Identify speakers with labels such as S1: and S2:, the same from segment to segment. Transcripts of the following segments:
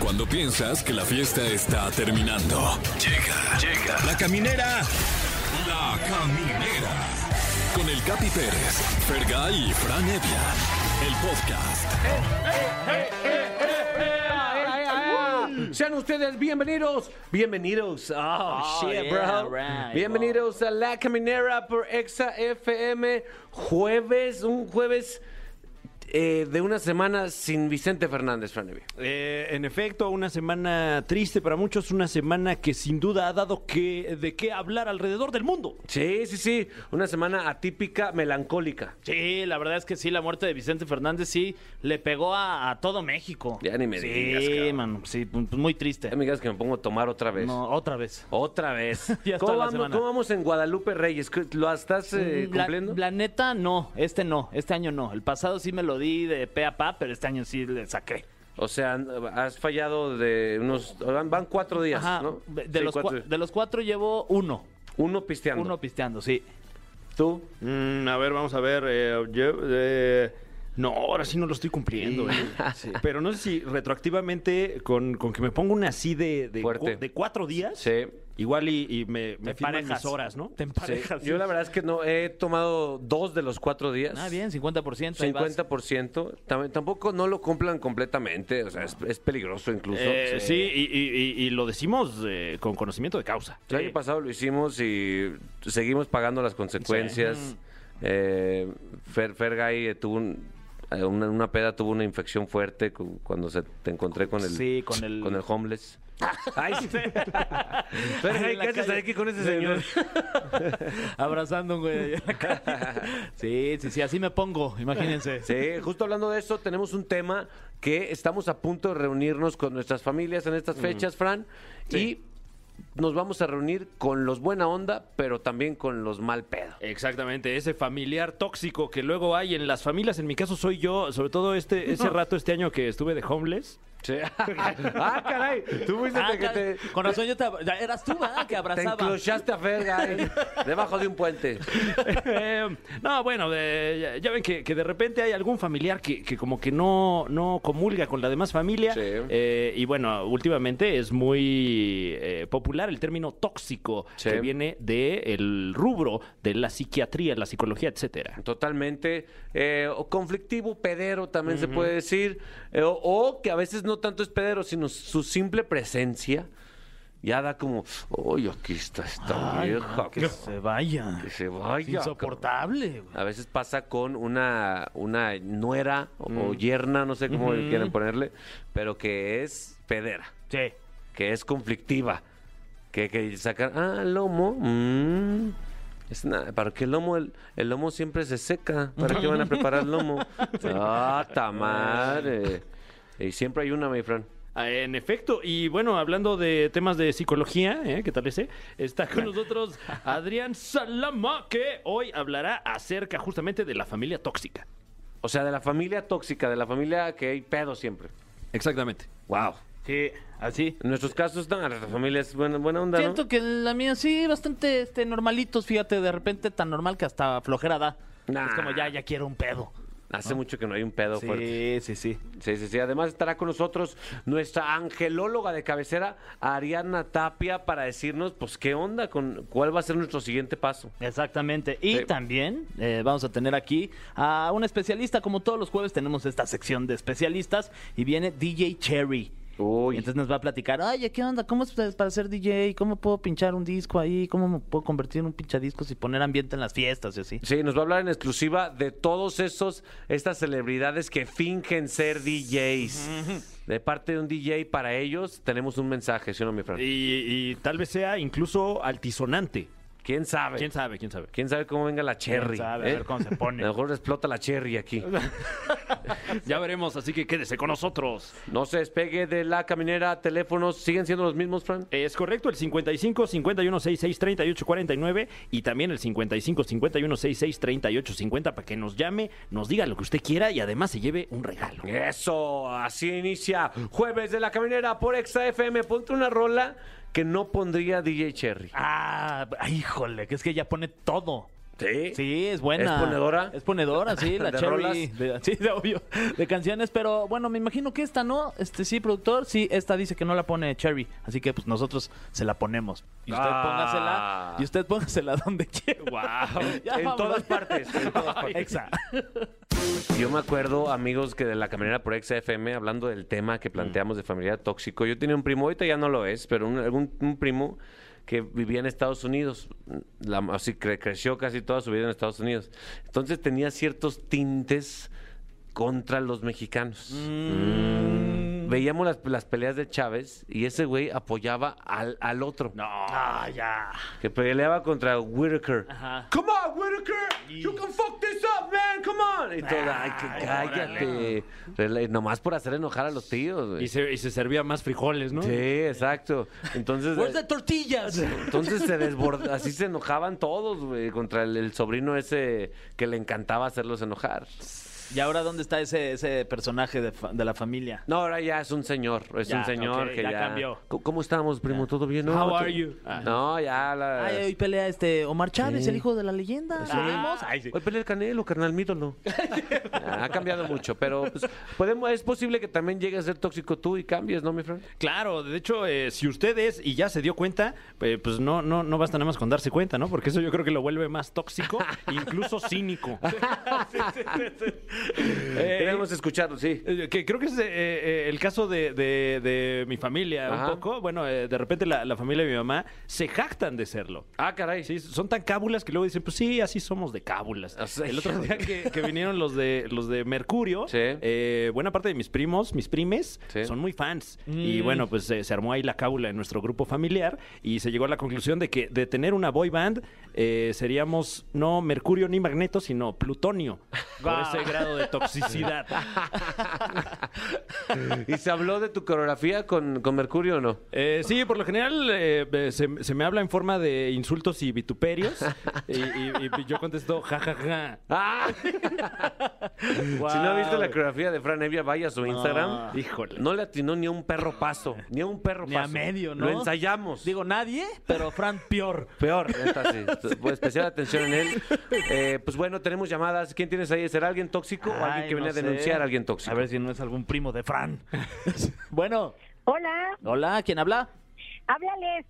S1: Cuando piensas que la fiesta está terminando. Llega, llega. La caminera. La caminera. Con el Capi Pérez, Fergay y Fran Evia. El podcast.
S2: Sean ustedes bienvenidos, bienvenidos. Oh, shit,
S3: yeah,
S2: bro.
S3: right,
S2: bienvenidos a La Caminera por Exa FM. Jueves, un jueves eh, de una semana sin Vicente Fernández, Franevi.
S3: Eh, en efecto, una semana triste para muchos, una semana que sin duda ha dado que, de qué hablar alrededor del mundo.
S2: Sí, sí, sí. Una semana atípica, melancólica.
S4: Sí, la verdad es que sí, la muerte de Vicente Fernández sí le pegó a, a todo México.
S2: Ya ni me
S4: sí,
S2: digas, cabrón.
S4: mano, sí, pu- pues muy triste.
S2: Ya me digas que me pongo a tomar otra vez.
S4: No, otra vez.
S2: Otra vez.
S4: Ya
S2: ¿Cómo,
S4: toda la
S2: vamos,
S4: semana. Mm,
S2: cómo vamos en Guadalupe Reyes? ¿Qué- ¿Lo estás eh,
S4: La,
S2: cumpliendo?
S4: la neta, no, este no, este año no. El pasado sí me lo di de pe a pa, pero este año sí le saqué.
S2: O sea, has fallado de unos... Van, van cuatro días,
S4: Ajá,
S2: ¿no?
S4: de, de
S2: Sí,
S4: los
S2: cuatro
S4: cua-
S2: días.
S4: de los cuatro llevo uno,
S2: Uno pisteando.
S4: uno pisteando, sí.
S2: ¿Tú?
S3: Mm, a ver, vamos a ver. eh, yo, eh, no, ahora sí no lo estoy cumpliendo. eh. Pero no sé si retroactivamente, con, con que me pongo una así de, de,
S2: Fuerte.
S3: cu- de cuatro días,
S2: Sí.
S3: igual y, y me, me
S4: Te
S3: firman
S4: emparejas.
S3: mis horas, ¿no?
S4: Te emparejas.
S2: Yo la verdad es que no, he tomado dos de los cuatro días.
S4: Ah, bien, 50%. ahí vas.
S2: 50%. Tam- Tampoco no lo cumplan completamente, o sea, es, es peligroso incluso.
S3: Eh, sí, y, y- y- y lo decimos eh, con conocimiento de causa.
S2: El año pasado lo hicimos y seguimos pagando las consecuencias. Eh, Fer, Fergay eh, tuvo un- eh, una, una peda, tuvo una infección fuerte cu- cuando se, te encontré con el,
S4: Sí, con el-
S2: homeless. Ay, sí. Fergay,
S4: En la
S2: ¿qué haces
S4: calle.
S2: aquí con ese señor?
S4: Abrazando un güey. ahí en la calle. Sí, sí, sí, así me pongo, imagínense.
S2: Sí, justo hablando de eso, tenemos un tema que estamos a punto de reunirnos con nuestras familias en estas fechas, Fran, y nos vamos a reunir con los buena onda, pero también con los mal pedo.
S3: Exactamente, ese familiar tóxico que luego hay en las familias, en mi caso soy yo, sobre todo este ese rato este año que estuve de homeless.
S2: ah, caray, tú fuiste
S4: Ah,
S2: el que te,
S4: ca- Con razón yo te ab- ya eras tú, ¿verdad? Que
S2: te
S4: abrazaba.
S2: enclochaste a Ferga eh, debajo de un puente.
S3: Eh, no, bueno, de- ya, ya ven que, que de repente hay algún familiar que, que como que no, no comulga con la demás familia.
S2: Sí.
S3: Eh, y bueno, últimamente es muy eh, popular el término tóxico
S2: Sí.
S3: que viene del rubro de la psiquiatría, la psicología, etcétera.
S2: Totalmente eh, o conflictivo, pedero también se puede decir, eh, o, o que a veces no tanto es pedero, sino su simple presencia ya da como, uy, aquí está esta
S4: Ay,
S2: vieja.
S4: no, que
S2: cabrón".
S4: se vaya.
S2: Que se
S4: Es
S2: vaya.
S4: insoportable,
S2: cabrón.
S4: güey.
S2: A veces pasa con una, una nuera o- o yerna, no sé cómo le quieran ponerle, pero que es pedera,
S4: Sí.
S2: que es conflictiva, que, que sacan, ah, lomo, mm, es nada, ¿para qué lomo? El, el lomo siempre se seca, ¿para qué van a preparar lomo? Ah, ta madre. Y siempre hay una, mi Fran.
S3: Ah, En efecto, y bueno, hablando de temas de psicología, ¿eh? ¿qué tal ese? Está con nosotros Adrián Salama, que hoy hablará acerca justamente de la familia tóxica.
S2: O sea, de la familia tóxica, de la familia que hay pedo siempre.
S3: Exactamente.
S2: Wow.
S4: Sí, así.
S2: En nuestros casos, no, la familia es buena, buena onda, ¿no?
S4: Siento que la mía sí, bastante este, normalitos, fíjate, de repente tan normal que hasta flojera da.
S2: Nah.
S4: Es como ya, ya quiero un pedo.
S2: Hace mucho que no hay un pedo fuerte.
S4: sí, sí.
S2: Sí, sí, sí. Además estará con nosotros nuestra angelóloga de cabecera, Ariana Tapia, para decirnos, pues, qué onda, con cuál va a ser nuestro siguiente paso.
S4: Exactamente. Y
S2: Sí.
S4: también eh, vamos a tener aquí a un especialista. Como todos los jueves tenemos esta sección de especialistas y viene DJ Cherry.
S2: Uy.
S4: Entonces nos va a platicar, oye, ¿qué onda? ¿Cómo es para ser DJ? ¿Cómo puedo pinchar un disco ahí? ¿Cómo me puedo convertir en un pinchadiscos y poner ambiente en las fiestas y así?
S2: Sí, nos va a hablar en exclusiva de todos esos, estas celebridades que fingen ser DJs. De parte de un DJ para ellos, tenemos un mensaje, ¿sí o no, mi Fran?
S3: Y, y tal vez sea incluso altisonante.
S2: ¿Quién sabe?
S3: ¿Quién sabe? ¿Quién sabe?
S2: ¿Quién sabe cómo venga la cherry? ¿Eh?
S4: sabe? A ver cómo se pone.
S2: A lo mejor explota la cherry aquí.
S3: Ya veremos, así que quédese con nosotros.
S2: No se despegue de la caminera, teléfonos, ¿siguen siendo los mismos, Fran?
S3: Es correcto, el 55 51 66 38 49 y también el 55 51 66 38 50 para que nos llame, nos diga lo que usted quiera y además se lleve un regalo.
S2: Eso, así inicia Jueves de la Caminera por Exa FM. Ponte una rola que no pondría DJ Cherry.
S4: Ah, híjole, que es que ya pone todo.
S2: Sí.
S4: Sí, es buena.
S2: ¿Es ponedora?
S4: Es ponedora, sí, la
S2: ¿De
S4: Cherry.
S2: rolas?
S4: De, sí, de obvio. De canciones, pero bueno, me imagino que esta no. Este sí, productor, sí, esta dice que no la pone Cherry. Así que pues nosotros se la ponemos. Y usted
S2: Ah.
S4: póngasela. Y usted póngasela donde quiera.
S3: Guau.
S4: Ya
S2: en
S4: vámonos.
S2: todas partes. En todas partes.
S4: Exa.
S2: Yo me acuerdo, amigos, que de la caminera por Exa FM, hablando del tema que planteamos de familia tóxico, yo tenía un primo, ahorita ya no lo es, pero un, algún- un primo que vivía en Estados Unidos, La- así cre- creció casi toda su vida en Estados Unidos. Entonces tenía ciertos tintes contra los mexicanos. Veíamos las, las peleas de Chávez y ese güey apoyaba al, al otro,
S4: Ah, ya.
S2: que peleaba contra Whitaker.
S4: Ajá.
S2: Come on, Whitaker. You can fuck this up, man. Come on. Y toda, ay, que cállate. Rela- Nomás por hacer enojar a los tíos, güey.
S3: Y se, y se servía más frijoles, ¿no?
S2: Sí, exacto. Entonces, eh,
S4: Where's the tortillas?
S2: entonces se desbordó, así se enojaban todos, güey, contra el, el sobrino ese que le encantaba hacerlos enojar.
S4: ¿Y ahora dónde está ese, ese personaje de, fa- de la familia?
S2: No, ahora ya es un señor, es
S4: Ya,
S2: un señor
S4: ok,
S2: que
S4: ya
S2: ya.
S4: cambió.
S2: "¿Cómo- ¿Cómo estamos, primo? ¿Todo bien? No,
S3: How
S2: tú-
S3: are you? Ah.
S2: No, ya la.
S4: Ay, hoy pelea este Omar Chávez, el hijo de la leyenda. ¿Lo vemos?
S3: Ay, sí.
S2: Hoy pelea el Canelo, carnal, míralo. Ah, ha cambiado mucho, pero pues, podemos, es posible que también llegue a ser tóxico tú y cambies, ¿no, mi friend?
S3: Claro, de hecho, eh, si ustedes y ya se dio cuenta, eh, pues no, no, no basta nada más con darse cuenta, ¿no? Porque eso yo creo que lo vuelve más tóxico, incluso cínico. Eh,
S2: Queremos escucharlo, sí.
S3: Eh, Que creo que es eh, eh, el caso de, de- de mi familia
S2: Ajá.
S3: un poco. Bueno, eh, de repente la, la familia de mi mamá se jactan de serlo.
S2: Ah, caray.
S3: Sí, son tan cábulas que luego dicen, pues sí, así somos de cábulas.
S2: O sea,
S3: el otro día que, que vinieron los de los de Mercurio,
S2: Sí.
S3: eh, buena parte de mis primos, mis primes,
S2: Sí.
S3: son muy fans. Y bueno, pues eh, se armó ahí la cábula en nuestro grupo familiar y se llegó a la conclusión de que de tener una boy band eh, seríamos no Mercurio ni Magneto, sino Plutonio. Por ese grado de toxicidad.
S2: ¿Y se habló de tu coreografía con, con Mercurio o no?
S3: Eh, sí, por lo general eh, eh, se, se me habla en forma de insultos y vituperios. y, y- y yo contesto, jajaja.
S2: ¡Ah! Si no ha visto la coreografía de Fran Evia, vaya a su Instagram.
S3: Híjole.
S2: No le atinó ni a un perro paso, ni a un perro
S4: Ni a
S2: paso.
S4: medio, ¿no?
S2: Lo ensayamos.
S4: Digo, nadie, pero Fran peor.
S2: Peor, neta, sí. Pues, especial atención en él. Eh, pues bueno, tenemos llamadas. ¿Quién tienes ahí? ¿Será alguien tóxico o alguien
S4: Ay,
S2: que viene a
S4: no
S2: denunciar
S4: sé.
S2: a alguien tóxico?
S4: A ver si no es algún primo de Fran. bueno,
S5: Hola,
S4: hola, ¿quién habla?
S5: háblales.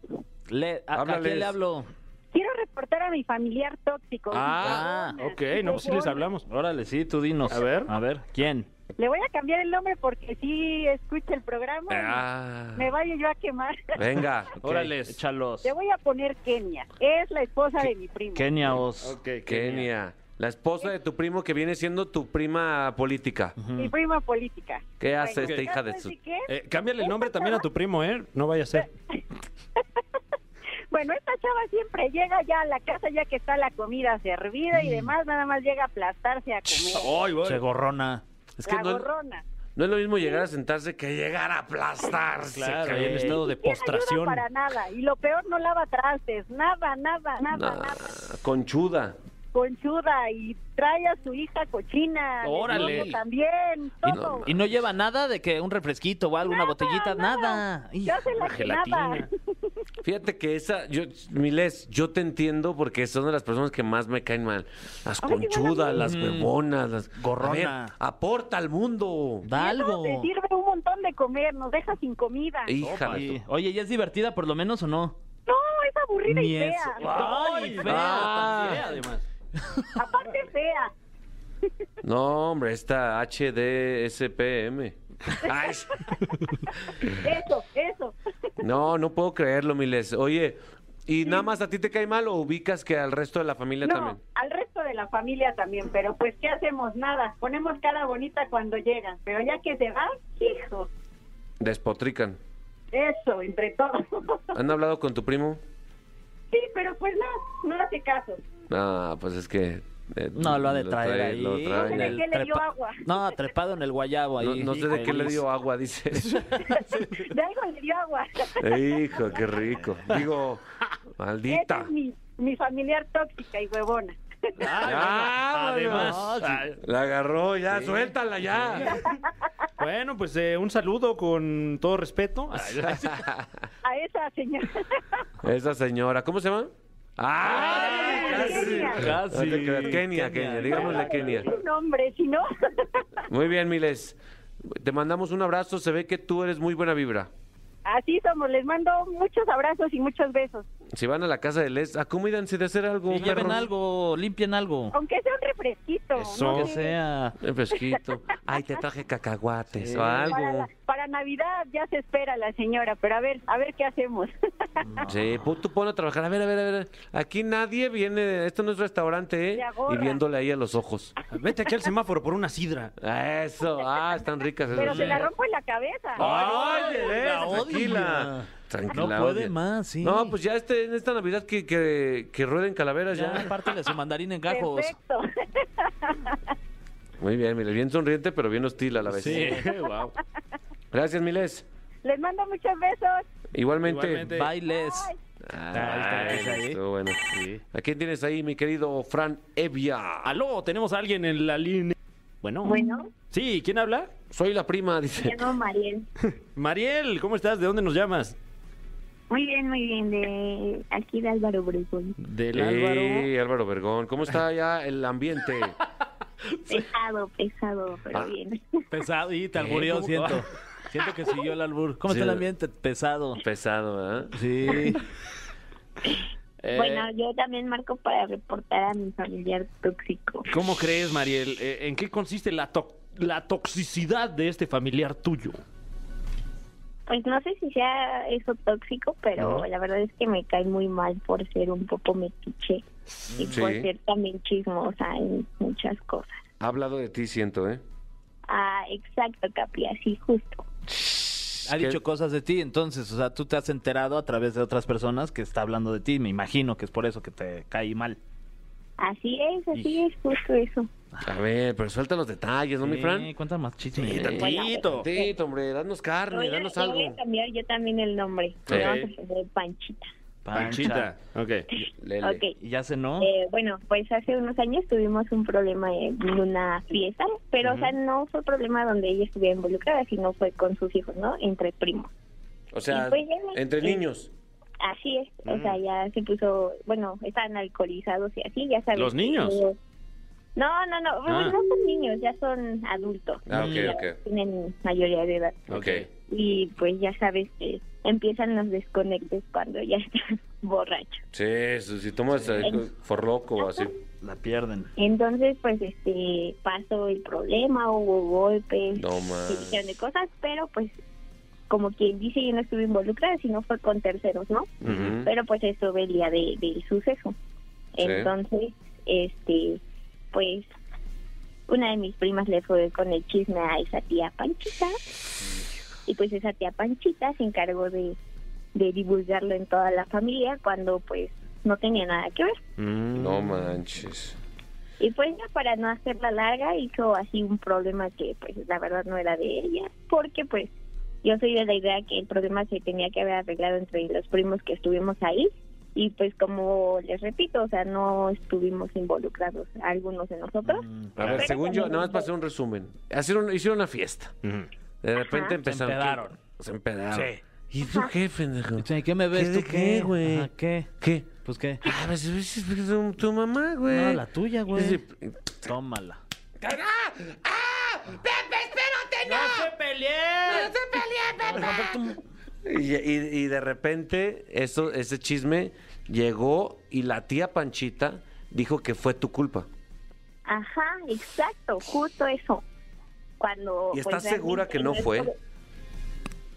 S4: Le, a- ¿a,
S2: Háblales.
S4: quién le hablo?
S5: Quiero reportar a mi familiar tóxico.
S4: Ah,
S3: Ok, no, pues sí les hablamos.
S4: Órale, sí, tú dinos.
S3: A ver.
S4: A ver, ¿quién?
S5: Le voy a cambiar el nombre porque sí escucha el programa.
S2: Ah.
S5: Me vaya yo a quemar.
S2: Venga.
S4: Órale,
S3: Órales.
S4: échalos.
S5: Le voy a poner Kenia. Es la esposa de mi primo.
S4: Kenia Os.
S2: Kenia. La esposa de tu primo que viene siendo tu prima política.
S5: Mi prima política.
S2: ¿Qué hace
S5: Bueno,
S2: esta hija de
S5: ¿sabes
S2: su...?
S5: qué?
S3: Eh, cámbiale el nombre también a tu primo, ¿eh? No vaya a ser.
S5: Bueno, esta chava siempre llega ya a la casa ya que está la comida servida
S2: Mm.
S5: y demás, nada más llega a aplastarse a comer.
S4: Che gorrona.
S2: oh, Es que
S5: La
S2: no,
S5: gorrona.
S2: no es lo mismo llegar a sentarse que llegar a aplastarse.
S3: Claro,
S2: cabrón.
S3: ahí en estado de
S5: Y ayuda
S3: postración.
S5: para nada. Y lo peor, no lava trastes. Nada, nada, nada,
S2: Nah,
S5: nada.
S2: conchuda.
S5: conchuda y trae a su hija cochina. al
S3: Órale.
S5: esposo También,
S4: Y,
S5: todo.
S4: y no lleva nada de que un refresquito o algo, una botellita, nada. Hijo,
S5: Ya se la que nada.
S2: Fíjate que esa, yo, Miles, yo te entiendo porque son de las personas que más me caen mal. Las
S5: Ay,
S2: conchudas, las
S3: Mm.
S2: huevonas, las
S4: Gorrona.
S2: A ver, aporta al mundo.
S4: Da algo.
S5: Te sirve un montón de comer, nos deja sin comida.
S2: Hija. de
S4: Sí.
S2: tu-
S4: Oye, ¿ya es divertida por lo menos o no?
S5: No, es aburrida y fea.
S4: Ay, fea,
S2: Ah.
S4: tan fea, además.
S5: Aparte fea.
S2: No, hombre, esta HDSPM. Ay,
S5: Eso, eso.
S2: no, no puedo creerlo, Miles. Oye, ¿y nada más a ti te cae mal o ubicas que al resto de la familia
S5: No,
S2: también?
S5: al resto de la familia también, pero pues ¿qué hacemos? Nada. Ponemos cara bonita cuando llegan, pero ya que se van, hijo.
S2: Despotrican.
S5: Eso, entre todos.
S2: ¿Han hablado con tu primo?
S5: sí, pero pues no, no hace caso.
S2: Ah, pues es que. eh,
S4: No, lo ha de traer
S2: trae-
S4: ahí.
S2: lo trae.
S5: No sé de qué le dio agua.
S4: No, trepado en el guayabo
S2: No,
S4: ahí.
S2: no sé de qué le dio agua, dice.
S5: De algo le dio agua.
S2: Hijo, qué rico. Digo,
S5: Esa
S2: maldita.
S5: es mi, mi familiar tóxica y huevona.
S2: Ah,
S3: Además.
S4: Ah,
S2: La agarró, ya, suéltala ya.
S3: Bueno, pues eh, un saludo con todo respeto.
S5: A esa señora.
S2: Esa señora, ¿cómo se llama? ¡Ay! Casi.
S6: Kenia.
S2: No te
S4: Casi.
S2: creas. Kenia,
S4: Kenia.
S2: Kenia, digámosle Kenia.
S6: Es un nombre, si no.
S2: Muy bien, Miles. Te mandamos un abrazo. Se ve que tú eres muy buena vibra.
S6: Así somos. Les mando muchos abrazos y muchos besos.
S2: Si van a la casa de Les, acomídanse de hacer algo.
S4: Sí, lleven
S2: perros.
S4: algo, limpien algo.
S6: Aunque sea un refresquito.
S3: Eso.
S6: no
S4: Que
S6: sé,
S4: sea.
S2: Refresquito. Ay, te traje cacahuates o
S6: Para,
S2: algo.
S6: la- para Navidad ya se espera la señora, pero a ver, a ver qué hacemos.
S2: Sí, pu- tú pon a trabajar. A ver, a ver, a ver. Aquí nadie viene. Esto no es restaurante, ¿eh?
S6: De agorra.
S2: Y viéndole ahí a los ojos.
S3: Vete aquí al semáforo por una sidra.
S2: Eso. Ah, están ricas.
S6: pero
S2: esas.
S6: se la rompo en la cabeza.
S2: Ay,
S4: Ay,
S2: Les,
S4: la odia.
S2: tranquila. Tranquila,
S4: No puede
S2: odia.
S4: más, sí.
S2: No, pues ya este, en esta Navidad que, que, que rueden calaveras Pues ya.
S4: Ya, pártele su mandarín en gajos.
S6: Perfecto.
S2: Muy bien, Miles. Bien sonriente, pero bien hostil a la vez.
S3: wow.
S2: Gracias, Miles.
S6: Les mando muchos besos.
S2: Igualmente.
S3: Igualmente.
S4: Bailes.
S2: Ah,
S3: Ahí está, ahí está.
S2: estuvo bueno. ¿A quién tienes ahí, mi querido Fran Evia?
S3: Aló, tenemos a alguien en la línea. Bueno.
S6: Bueno.
S3: Sí, ¿quién habla?
S2: Soy la prima, dice.
S6: llamo Mariel.
S3: Mariel, ¿cómo estás? ¿De dónde nos llamas?
S6: Muy bien, muy bien. De aquí de Álvaro Obregón.
S4: Eh,
S3: Del
S2: Sí, Álvaro Vergón. ¿Cómo está ya el ambiente?
S6: Pesado, pesado, pero
S2: Ah.
S6: bien.
S4: Pesado, y te albureó,
S3: Eh, ¿Cómo?
S4: siento. Siento que siguió el albur. ¿Cómo
S2: Sí.
S4: está el ambiente? Pesado.
S2: Pesado, ¿verdad?
S4: Sí.
S3: Eh.
S6: Bueno, yo también marco para reportar a mi familiar tóxico.
S3: ¿Cómo crees, Mariel? Eh, ¿En qué consiste la, to- la toxicidad de este familiar tuyo?
S6: Pues no sé si sea eso tóxico, pero
S3: No.
S6: la verdad es que me cae muy mal por ser un poco metiche y por
S2: Sí.
S6: ser también chismosa en muchas cosas.
S2: Ha hablado de ti, siento, ¿eh?
S6: Ah, exacto, Capi, así justo.
S4: Ha
S2: ¿Qué?
S4: dicho cosas de ti, entonces, o sea, tú te has enterado a través de otras personas que está hablando de ti. Me imagino que es por eso que te cae mal.
S6: Así es, así es, justo eso.
S2: A ver, pero suelta los detalles, ¿no, mi Fran?
S4: Sí, cuenta más chisme.
S2: Sí, tantito.
S3: Tantito.
S2: Tantito, hombre, danos carne,
S6: Voy a,
S2: danos
S6: Este, le voy a
S2: algo.
S6: cambiar yo también el nombre.
S2: Sí.
S6: Me vamos a poner Panchita.
S4: Pancha.
S3: Ok.
S2: Lele.
S6: Ok.
S4: ¿Y ya
S2: Ah.
S4: cenó?
S6: Eh, bueno, pues hace unos años tuvimos un problema en una fiesta, pero o sea, no fue problema donde ella estuviera involucrada, sino fue con sus hijos, ¿no? Entre primos.
S2: O sea,
S6: Sí, pues, ya.
S2: entre
S6: Sí.
S2: niños.
S6: Así es,
S3: Mm.
S6: o sea, ya se puso, bueno, estaban alcoholizados y así, ya sabes.
S3: ¿Los
S6: que-
S3: niños?
S6: No, no, no, bueno,
S3: Ah.
S6: no son niños, ya son adultos.
S2: Ah, ok,
S6: Ya
S2: ok.
S6: Tienen mayoría de edad.
S2: Ok.
S6: Y pues ya sabes que empiezan los desconectes cuando ya estás borracho.
S2: Sí, si si tomas eh, forloco o así.
S4: La pierden.
S6: Entonces, pues, este, pasó el problema, hubo golpes,
S2: No más.
S6: se dijeron de cosas, pero pues, como quien dice, yo no estuve involucrada, sino fue con terceros, ¿no?
S2: Ujú.
S6: Pero pues eso venía de, del suceso.
S2: Sí.
S6: Entonces, este, pues, una de mis primas le fue con el chisme a esa tía Panchita. Y pues esa tía Panchita se encargó de, de divulgarlo en toda la familia cuando pues no tenía nada que ver.
S2: No manches.
S6: Y pues ya para no hacerla larga hizo así un problema que pues la verdad no era de ella, porque pues yo soy de la idea que el problema se tenía que haber arreglado entre los primos que estuvimos ahí y pues como les repito, o sea, no estuvimos involucrados algunos de nosotros.
S2: A ver, según yo, nada más para hacer un resumen. Hicieron, hicieron una fiesta. De repente
S6: Ajá.
S2: empezaron.
S4: Se empedaron.
S2: Se empedaron.
S4: Sí.
S2: ¿Y tú qué, pendejo?
S4: Che, Pues, ¿Qué me ves
S2: ¿Qué de
S4: tú?
S2: qué, güey?
S4: Ajá, ¿Qué?
S2: ¿Qué?
S4: Pues qué.
S2: Ah, pues, es- es- es tu- tu mamá, güey.
S4: No, la tuya, güey.
S2: Es de-
S4: Tómala.
S2: Y, y- y de repente, eso, ese chisme llegó y la tía Panchita dijo que fue tu culpa.
S6: Ajá, exacto, justo eso. Cuando
S2: ¿Y
S6: pues,
S2: estás segura
S6: realmente
S2: que no
S6: es
S2: fue?
S6: como-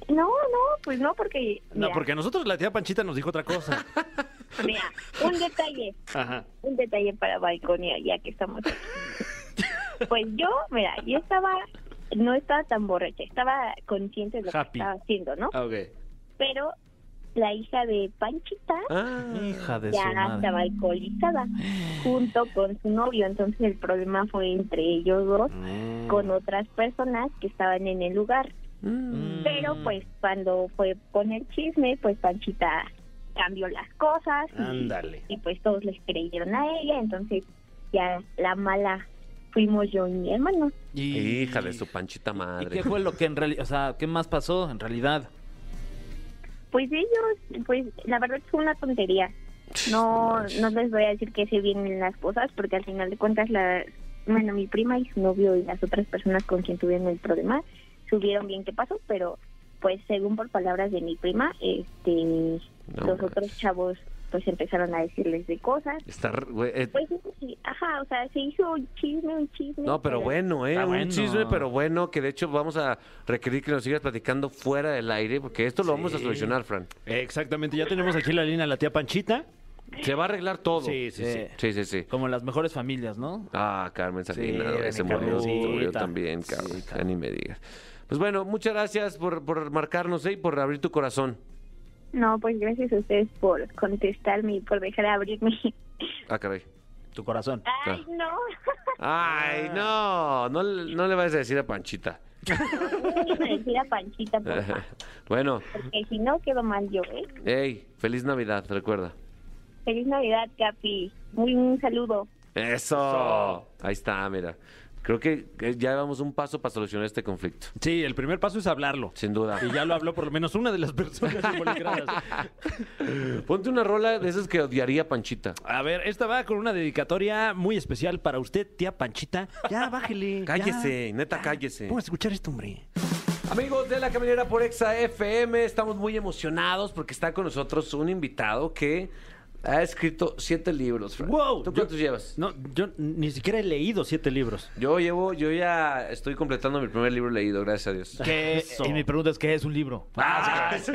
S6: No, no, pues no, porque...
S3: No,
S6: mira,
S3: porque a nosotros la tía Panchita nos dijo otra cosa.
S6: Mira, un detalle.
S3: Ajá.
S6: un detalle para balconear ya que estamos aquí. Pues yo, mira, yo estaba, no estaba tan borracha, estaba consciente de lo
S3: Happy.
S6: que estaba haciendo, ¿no?
S3: Ah, ok.
S6: Pero la hija de Panchita
S2: Ah,
S4: Hija de su
S6: ya
S4: madre.
S6: estaba alcoholizada junto con su novio, entonces el problema fue entre ellos dos
S3: Mm.
S6: con otras personas que estaban en el lugar.
S4: Mm.
S6: Pero pues cuando fue poner chisme, pues Panchita cambió las cosas y-
S3: Ándale.
S6: y pues todos les creyeron a ella, entonces ya la mala fuimos yo y mi hermano.
S4: Y...
S2: hija de su Panchita
S4: ¿Y
S2: madre.
S4: qué fue lo que en realidad, o sea, qué más pasó en realidad?
S6: Pues ellos, pues la verdad fue una tontería. No, no les voy a decir que se vienen las cosas porque al final de cuentas, la, bueno, mi prima y su novio y las otras personas con quien tuvieron el problema subieron bien qué pasó, pero pues según por palabras de mi prima, este, los otros
S2: manches.
S6: chavos pues empezaron a decirles de cosas.
S2: Está, r- güey, eh,
S6: Pues sí, ajá, o sea, se hizo un chisme, un chisme.
S2: no, pero bueno, ¿eh?
S4: Está
S2: Un
S4: bueno.
S2: chisme, pero bueno, que de hecho vamos a requerir que nos sigas platicando fuera del aire, porque esto lo vamos a
S3: Sí.
S2: solucionar, Fran.
S3: Exactamente, ya tenemos aquí la línea la tía Panchita.
S2: Se va a arreglar todo.
S3: Sí, sí, sí.
S4: Eh,
S2: Sí, sí, sí.
S4: Como las mejores familias, ¿no?
S2: Ah, Carmen Salinas,
S4: Sí,
S2: güey, se
S4: Dani
S2: murió, se
S4: Carmencita.
S2: murió también, cabrón, ya ni me digas. Pues bueno, muchas gracias por, por marcarnos ¿eh? y por abrir tu corazón.
S6: No, pues gracias a ustedes por contestarme y por dejar abrirme.
S2: Ah, caray.
S4: Tu corazón.
S6: Ay, no.
S2: Ay, no, no, le- no le vayas a decir a Panchita.
S6: No quiero decir a Panchita, porfa,
S2: bueno,
S6: porque si no quedo mal yo, ¿eh?
S2: hey, feliz Navidad, recuerda.
S6: Feliz Navidad, Capi. Muy un saludo.
S2: Eso. Ahí está, mira. Creo que eh, ya vamos un paso para solucionar este conflicto,
S3: Sí, el primer paso es hablarlo.
S2: sin duda.
S3: Y ya lo habló por lo menos una de las personas involucradas.
S2: Ponte una rola de esas que odiaría Panchita.
S3: A ver, esta va con una dedicatoria muy especial para usted, tía Panchita. Ya, bájele. ya.
S2: Cállese, neta, cállese.
S3: Póngase a escuchar esto, hombre.
S2: Pues, Amigos de la caminera por Exa FM, estamos muy emocionados porque está con nosotros un invitado que ha escrito siete libros. Fran.
S3: ¡Wow!
S2: ¿Tú
S3: Yo-
S2: cuántos llevas?
S3: No, yo ni siquiera he leído siete libros.
S2: Yo llevo, yo ya estoy completando mi primer libro leído, gracias a Dios.
S4: ¿Qué-
S3: Eso.
S4: Y mi pregunta es, ¿qué es un libro?
S2: Ah, sí.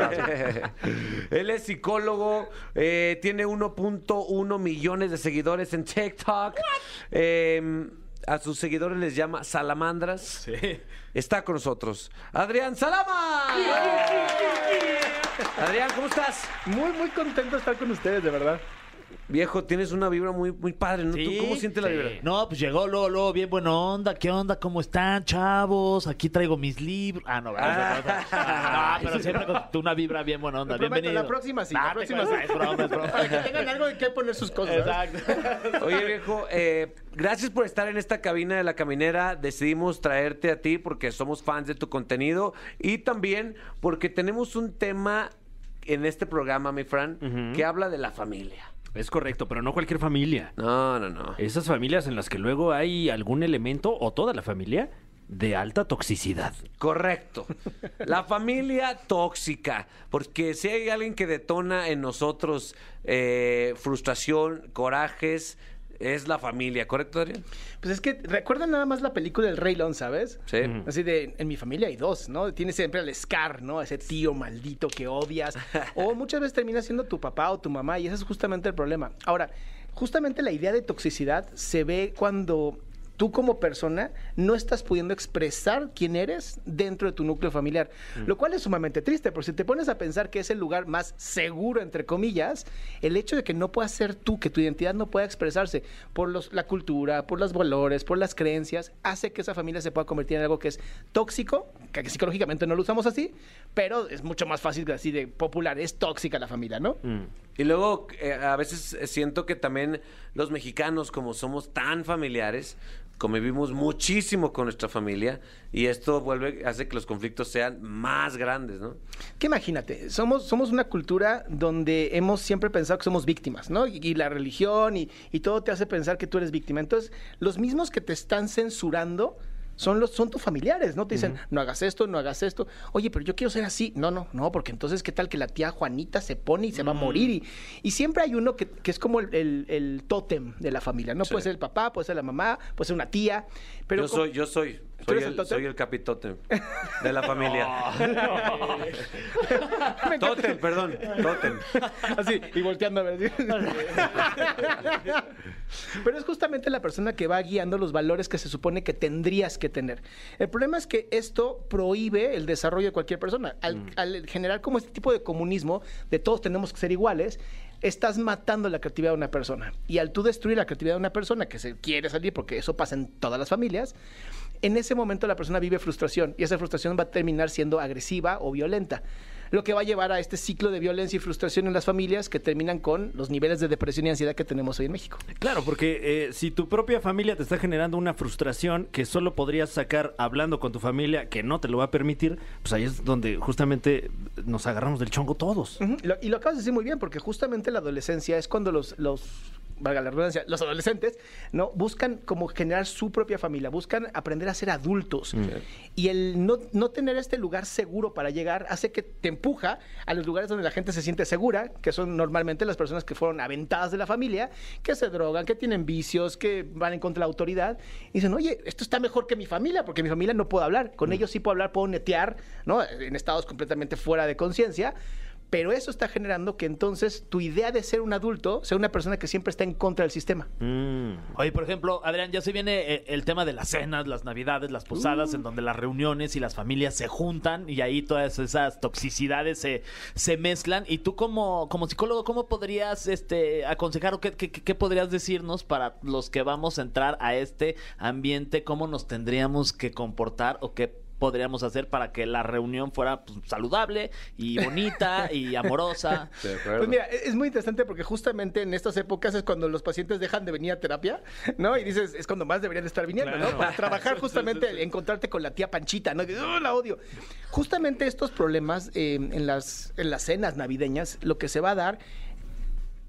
S2: Él es psicólogo, eh, tiene 1.1 millones de seguidores en TikTok. Eh, a sus seguidores les llama salamandras. Está con nosotros Adrián Salama. Adrián, ¿cómo estás?
S7: Muy, muy contento de estar con ustedes, de verdad.
S2: Viejo, tienes una vibra muy, muy padre, ¿no? ¿Tú cómo sientes la
S4: Sí.
S2: vibra?
S4: No, pues llegó luego, luego, bien buena onda. ¿Qué onda? ¿Cómo están, chavos? Aquí traigo mis libros. Ah, no, ¿verdad? Ah, pero siempre con tú una vibra bien buena onda.
S7: Te prometo,
S4: Bienvenido.
S7: la próxima sí,
S4: Ah,
S7: la
S4: te
S7: próxima
S4: creas,
S7: sí.
S4: Es broma, es broma.
S7: Para que tengan algo de qué poner sus cosas. ¿eh? ¿verdad?
S4: Exacto.
S2: Oye, viejo, eh, gracias por estar en esta cabina de la caminera. Decidimos traerte a ti porque somos fans de tu contenido y también porque tenemos un tema en este programa, mi Fran, que habla de la familia.
S3: Es correcto, pero no cualquier familia.
S2: No, no, no.
S3: Esas familias en las que luego hay algún elemento, o toda la familia, de alta toxicidad.
S2: Correcto. La familia tóxica. Porque si hay alguien que detona en nosotros eh, frustración, corajes, es la familia. ¿Correcto, Adrián?
S7: Pues es que recuerdan nada más la película El Rey León, ¿sabes?
S2: Sí.
S7: Así de, en mi familia hay dos, ¿no? Tienes siempre al Scar, ¿no? Ese tío maldito que odias. O muchas veces termina siendo tu papá o tu mamá y ese es justamente el problema. Ahora, justamente la idea de toxicidad se ve cuando tú como persona no estás pudiendo expresar quién eres dentro de tu núcleo familiar, lo cual es sumamente triste, porque si te pones a pensar que es el lugar más seguro, entre comillas, el hecho de que no puedas ser tú, que tu identidad no pueda expresarse por los- la cultura, por los valores, por las creencias, hace que esa familia se pueda convertir en algo que es tóxico, que psicológicamente no lo usamos así, pero es mucho más fácil de así de popular, es tóxica la familia, ¿no?
S2: Y luego eh, a veces eh, siento que también los mexicanos, como somos tan familiares, convivimos muchísimo con nuestra familia y esto vuelve hace que los conflictos sean más grandes, ¿no?
S7: que imagínate, somos, somos una cultura donde hemos siempre pensado que somos víctimas, ¿no? Y, y la religión y, y todo te hace pensar que tú eres víctima. Entonces, los mismos que te están censurando son, los, son tus familiares, ¿no? Te dicen, no hagas esto, no hagas esto. Oye, pero yo quiero ser así. No, no, no, porque entonces, ¿qué tal que la tía Juanita se pone y se va a morir? Y,
S2: Mm.
S7: y siempre hay uno que, que es como el, el- el tótem de la familia, ¿no?
S2: Sí.
S7: Puede ser el papá, puede ser la mamá, puede ser una tía. Pero
S2: yo
S7: como-
S2: soy, yo soy, soy
S7: eres el
S2: el,
S7: Oh. tótem?
S2: soy el capitotem de la familia.
S7: Me encanta.
S2: Tótem, perdón, tótem.
S7: Así, y volteando a ver. así. Pero es justamente la persona que va guiando los valores que se supone que tendrías que tener. El problema es que esto prohíbe el desarrollo de cualquier persona. Al, al generar como este tipo de comunismo, de todos tenemos que ser iguales, estás matando la creatividad de una persona. Y al tú destruir la creatividad de una persona que se quiere salir, porque eso pasa en todas las familias, en ese momento la persona vive frustración y esa frustración va a terminar siendo agresiva o violenta. lo que va a llevar a este ciclo de violencia y frustración en las familias que terminan con los niveles de depresión y ansiedad que tenemos hoy en México.
S3: Claro, porque eh, si tu propia familia te está generando una frustración que solo podrías sacar hablando con tu familia, que no te lo va a permitir, pues ahí es donde justamente nos agarramos del chongo todos.
S7: Ujú, lo- y lo acabas de decir muy bien, porque justamente la adolescencia es cuando los, los valga la redundancia, los adolescentes, ¿no? Buscan como generar su propia familia, buscan aprender a ser adultos. Y el no, no tener este lugar seguro para llegar hace que te empuja a los lugares donde la gente se siente segura, que son normalmente las personas que fueron aventadas de la familia, que se drogan, que tienen vicios, que van en contra de la autoridad. Y dicen, oye, esto está mejor que mi familia, porque mi familia no puedo hablar. Con ellos sí puedo hablar, puedo netear, ¿no? En estados completamente fuera de conciencia. Pero eso está generando que entonces tu idea de ser un adulto sea una persona que siempre está en contra del sistema.
S4: Oye, por ejemplo, Adrián, ya se viene eh, el tema de las cenas, las navidades, las posadas, en donde las reuniones y las familias se juntan y ahí todas esas toxicidades se, se mezclan. Y tú como, como psicólogo, ¿cómo podrías este, aconsejar o qué, qué- qué podrías decirnos para los que vamos a entrar a este ambiente? ¿Cómo nos tendríamos que comportar o qué podríamos hacer para que la reunión fuera pues, saludable y bonita y amorosa?
S2: De acuerdo.
S7: Pues mira, es es muy interesante porque justamente en estas épocas es cuando los pacientes dejan de venir a terapia, ¿no? Y dices, es cuando más deberían de estar viniendo, ¿no? Para trabajar justamente, el encontrarte con la tía Panchita, ¿no? Que, "Oh, la odio. Justamente estos problemas eh, en, las, en las cenas navideñas, lo que se va a dar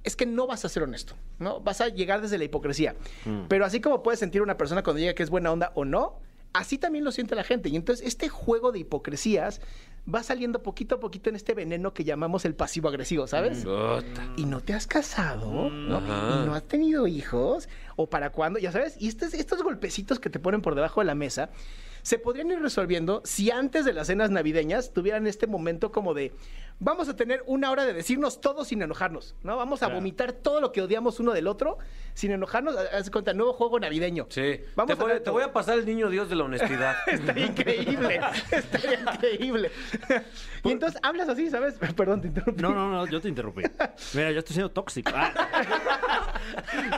S7: es que no vas a ser honesto, ¿no? Vas a llegar desde la hipocresía. Pero así como puedes sentir una persona cuando llega que es buena onda o no, así también lo siente la gente. Y entonces este juego de hipocresías va saliendo poquito a poquito en este veneno que llamamos el pasivo agresivo, ¿sabes?
S2: Mm. Puta.
S7: y no te has casado, ¿no?
S2: Ajá.
S7: Y no has tenido hijos, o para cuándo, ya sabes, y estos, estos golpecitos que te ponen por debajo de la mesa se podrían ir resolviendo si antes de las cenas navideñas tuvieran este momento como de vamos a tener una hora de decirnos todo sin enojarnos, ¿no? Vamos a vomitar todo lo que odiamos uno del otro sin enojarnos, haz de cuenta, nuevo juego navideño.
S2: Sí.
S7: Vamos
S2: te, voy,
S7: tener
S2: te voy a pasar el niño Dios de la honestidad.
S7: Está increíble, está increíble. y entonces hablas así, ¿sabes? Perdón, te interrumpí.
S3: No, no, no, yo te interrumpí. Mira, yo estoy siendo tóxico. Ah.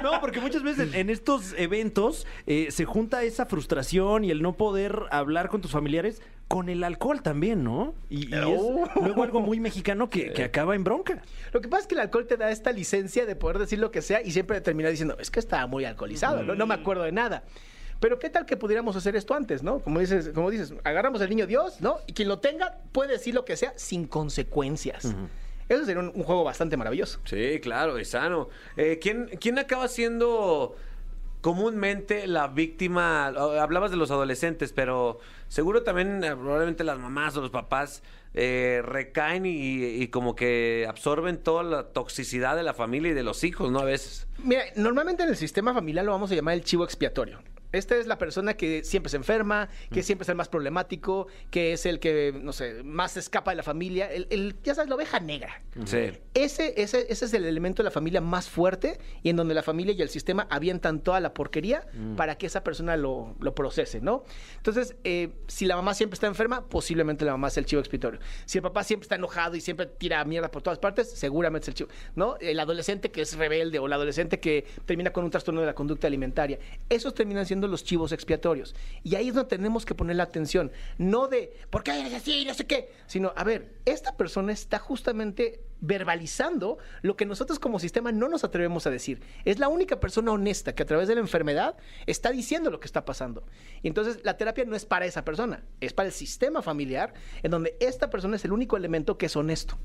S3: No, porque muchas veces en estos eventos eh, se junta esa frustración y el no poder hablar con tus familiares con el alcohol también, ¿no? Y, y es
S7: Oh.
S3: luego algo muy mexicano que, que acaba en bronca.
S7: Lo que pasa es que el alcohol te da esta licencia de poder decir lo que sea y siempre terminar diciendo, es que estaba muy alcoholizado, no, no me acuerdo de nada. Pero qué tal que pudiéramos hacer esto antes, ¿no? Como dices, como dices, agarramos al niño Dios, ¿no? Y quien lo tenga puede decir lo que sea sin consecuencias. Eso sería un, un juego bastante maravilloso.
S2: Sí, claro, y sano. Eh, ¿quién, ¿Quién acaba siendo comúnmente la víctima? O- Hablabas de los adolescentes, pero seguro también eh, probablemente las mamás o los papás eh, recaen y, y como que absorben toda la toxicidad de la familia y de los hijos, ¿no? A veces.
S7: Mira, normalmente en el sistema familiar lo vamos a llamar el chivo expiatorio. Esta es la persona que siempre se enferma, que siempre es el más problemático, que es el que, no sé, más se escapa de la familia. El, el- ya sabes, la oveja negra.
S2: Sí.
S7: Ese, ese, ese es el elemento de la familia más fuerte y en donde la familia y el sistema avientan toda la porquería para que esa persona lo, lo procese, ¿no? Entonces, eh, si la mamá siempre está enferma, posiblemente la mamá es el chivo expiatorio. Si el papá siempre está enojado y siempre tira mierda por todas partes, seguramente es el chivo, ¿no? El adolescente que es rebelde o el adolescente que termina con un trastorno de la conducta alimentaria. Esos terminan siendo los chivos expiatorios. Y ahí es donde tenemos que poner la atención. No de, ¿por qué eres así? No sé qué. Sino, a ver, esta persona está justamente verbalizando lo que nosotros como sistema no nos atrevemos a decir. Es la única persona honesta que a través de la enfermedad está diciendo lo que está pasando. Y entonces la terapia no es para esa persona, es para el sistema familiar, en donde esta persona es el único elemento que es honesto.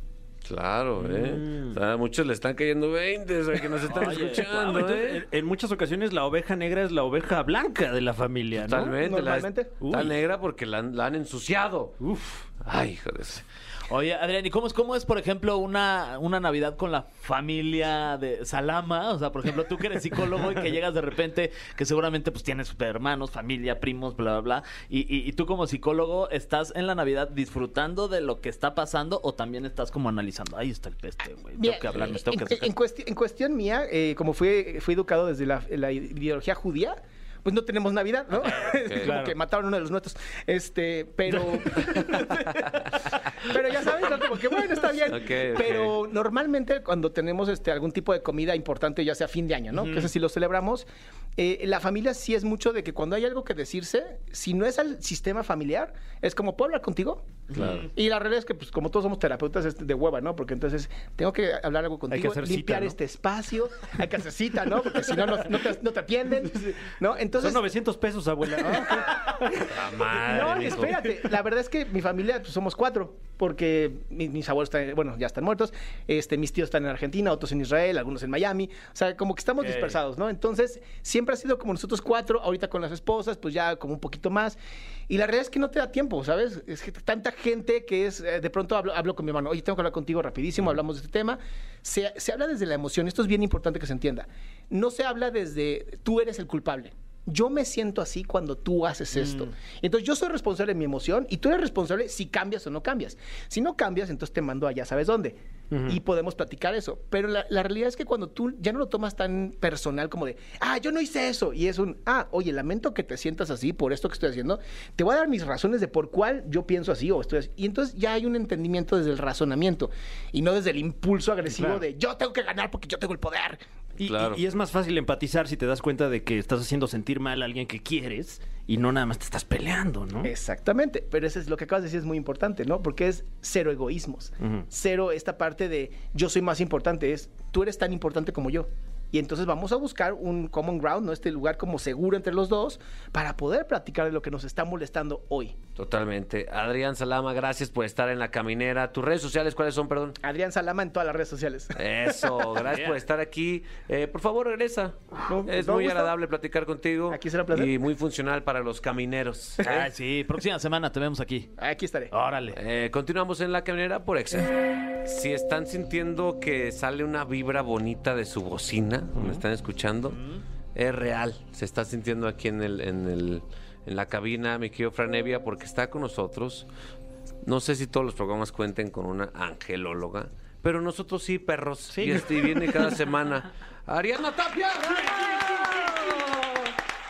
S2: Claro, ¿eh? O sea, a muchos le están cayendo 20, o sea, que nos están
S3: Oye,
S2: escuchando,
S3: wow, entonces,
S2: ¿eh?
S3: en, en muchas ocasiones la oveja negra es la oveja blanca de la familia, ¿no?
S2: Totalmente. la-
S7: Normalmente.
S2: Está
S3: Uy.
S2: negra porque la, han- la han ensuciado.
S3: Uf.
S2: Ay, hijo de ese.
S4: Oye, Adrián, ¿y cómo es, cómo es por ejemplo, una, una Navidad con la familia de Salama? O sea, por ejemplo, tú que eres psicólogo y que llegas de repente, que seguramente pues tienes hermanos, familia, primos, bla, bla, bla. Y, y- y tú como psicólogo, ¿estás en la Navidad disfrutando de lo que está pasando o también estás como analizando? Ahí está el peste, güey. Tengo
S7: Mira,
S4: que hablar, me
S7: eh,
S4: tengo que
S7: en, en
S4: acercar.
S7: cuesti- en cuestión mía, eh, como fui, fui educado desde la, la ideología judía, pues no tenemos Navidad, ¿no? Como
S3: Claro.
S7: que mataron a uno de los nuestros. Este, pero. Pero ya sabes, ¿no? como que bueno, está bien.
S2: Ok, ok.
S7: Pero normalmente cuando tenemos este, algún tipo de comida importante, ya sea fin de año, ¿no? Que eso sí lo celebramos, eh, la familia sí es mucho de que cuando hay algo que decirse, si no es al sistema familiar, es como, ¿puedo hablar contigo?
S2: Claro.
S7: Y la realidad es que, pues, como todos somos terapeutas, es de hueva, ¿no? Porque entonces tengo que hablar algo contigo,
S3: hacer cita,
S7: limpiar
S3: ¿no?
S7: este espacio, hay que hacer cita, ¿no? Porque si no, no, no te, no te atienden, ¿no? Entonces...
S3: Son 900 pesos, abuela.
S2: Ah, madre,
S7: No,
S2: mijo.
S7: espérate. La verdad es que mi familia pues, somos cuatro, porque mi- mis, abuelos están, bueno, ya están muertos. Este, mis tíos están en Argentina, otros en Israel, algunos en Miami. O sea, como que estamos
S3: Ok.
S7: dispersados, ¿no? Entonces, siempre ha sido como nosotros cuatro, ahorita con las esposas, pues ya como un poquito más. Y la realidad es que no te da tiempo, ¿sabes? Es que tanta gente que es, eh, de pronto hablo, hablo con mi hermano, oye, tengo que hablar contigo rapidísimo, hablamos de este tema. Se, se habla desde la emoción, esto es bien importante que se entienda. No se habla desde tú eres el culpable. Yo me siento así cuando tú haces esto. Entonces yo soy responsable de mi emoción y tú eres responsable si cambias o no cambias. Si no cambias, entonces te mando allá, ¿sabes dónde? Y podemos platicar eso. Pero la, la realidad es que cuando tú ya no lo tomas tan personal como de, ah, yo no hice eso. Y es un, ah, oye, lamento que te sientas así por esto que estoy haciendo. Te voy a dar mis razones de por cuál yo pienso así o estoy así. Y entonces ya hay un entendimiento desde el razonamiento y no desde el impulso agresivo
S3: Claro.
S7: de, yo tengo que ganar porque yo tengo el poder.
S3: Y,
S2: Claro.
S3: y- y es más fácil empatizar si te das cuenta de que estás haciendo sentir mal a alguien que quieres y no nada más te estás peleando, ¿no?
S7: Exactamente, pero eso es lo que acabas de decir es muy importante, ¿no? Porque es cero egoísmos,
S3: Ujú.
S7: cero esta parte de yo soy más importante, es tú eres tan importante como yo. Y entonces vamos a buscar un common ground, ¿no? Este lugar como seguro entre los dos para poder platicar de lo que nos está molestando hoy.
S2: Totalmente. Adrián Salama, gracias por estar en la caminera. ¿Tus redes sociales cuáles son, perdón?
S7: Adrián Salama en todas las redes sociales.
S2: Eso, gracias por estar aquí. Eh, por favor, regresa.
S7: Con-
S2: es
S7: con
S2: muy
S7: gusto.
S2: agradable platicar contigo.
S7: Aquí será un placer.
S2: Y muy funcional para los camineros. ¿eh?
S4: Ay, sí, próxima semana te vemos aquí.
S7: Aquí estaré.
S4: Órale.
S2: Eh, continuamos en la caminera por Excel. Si están sintiendo que sale una vibra bonita de su bocina, me están escuchando, es real. Se está sintiendo aquí en el, en el- en la cabina, mi querido Franevia, porque está con nosotros. No sé si todos los programas cuenten con una angelóloga, pero nosotros sí, perros. Y este viene cada semana. Ariana Tapia.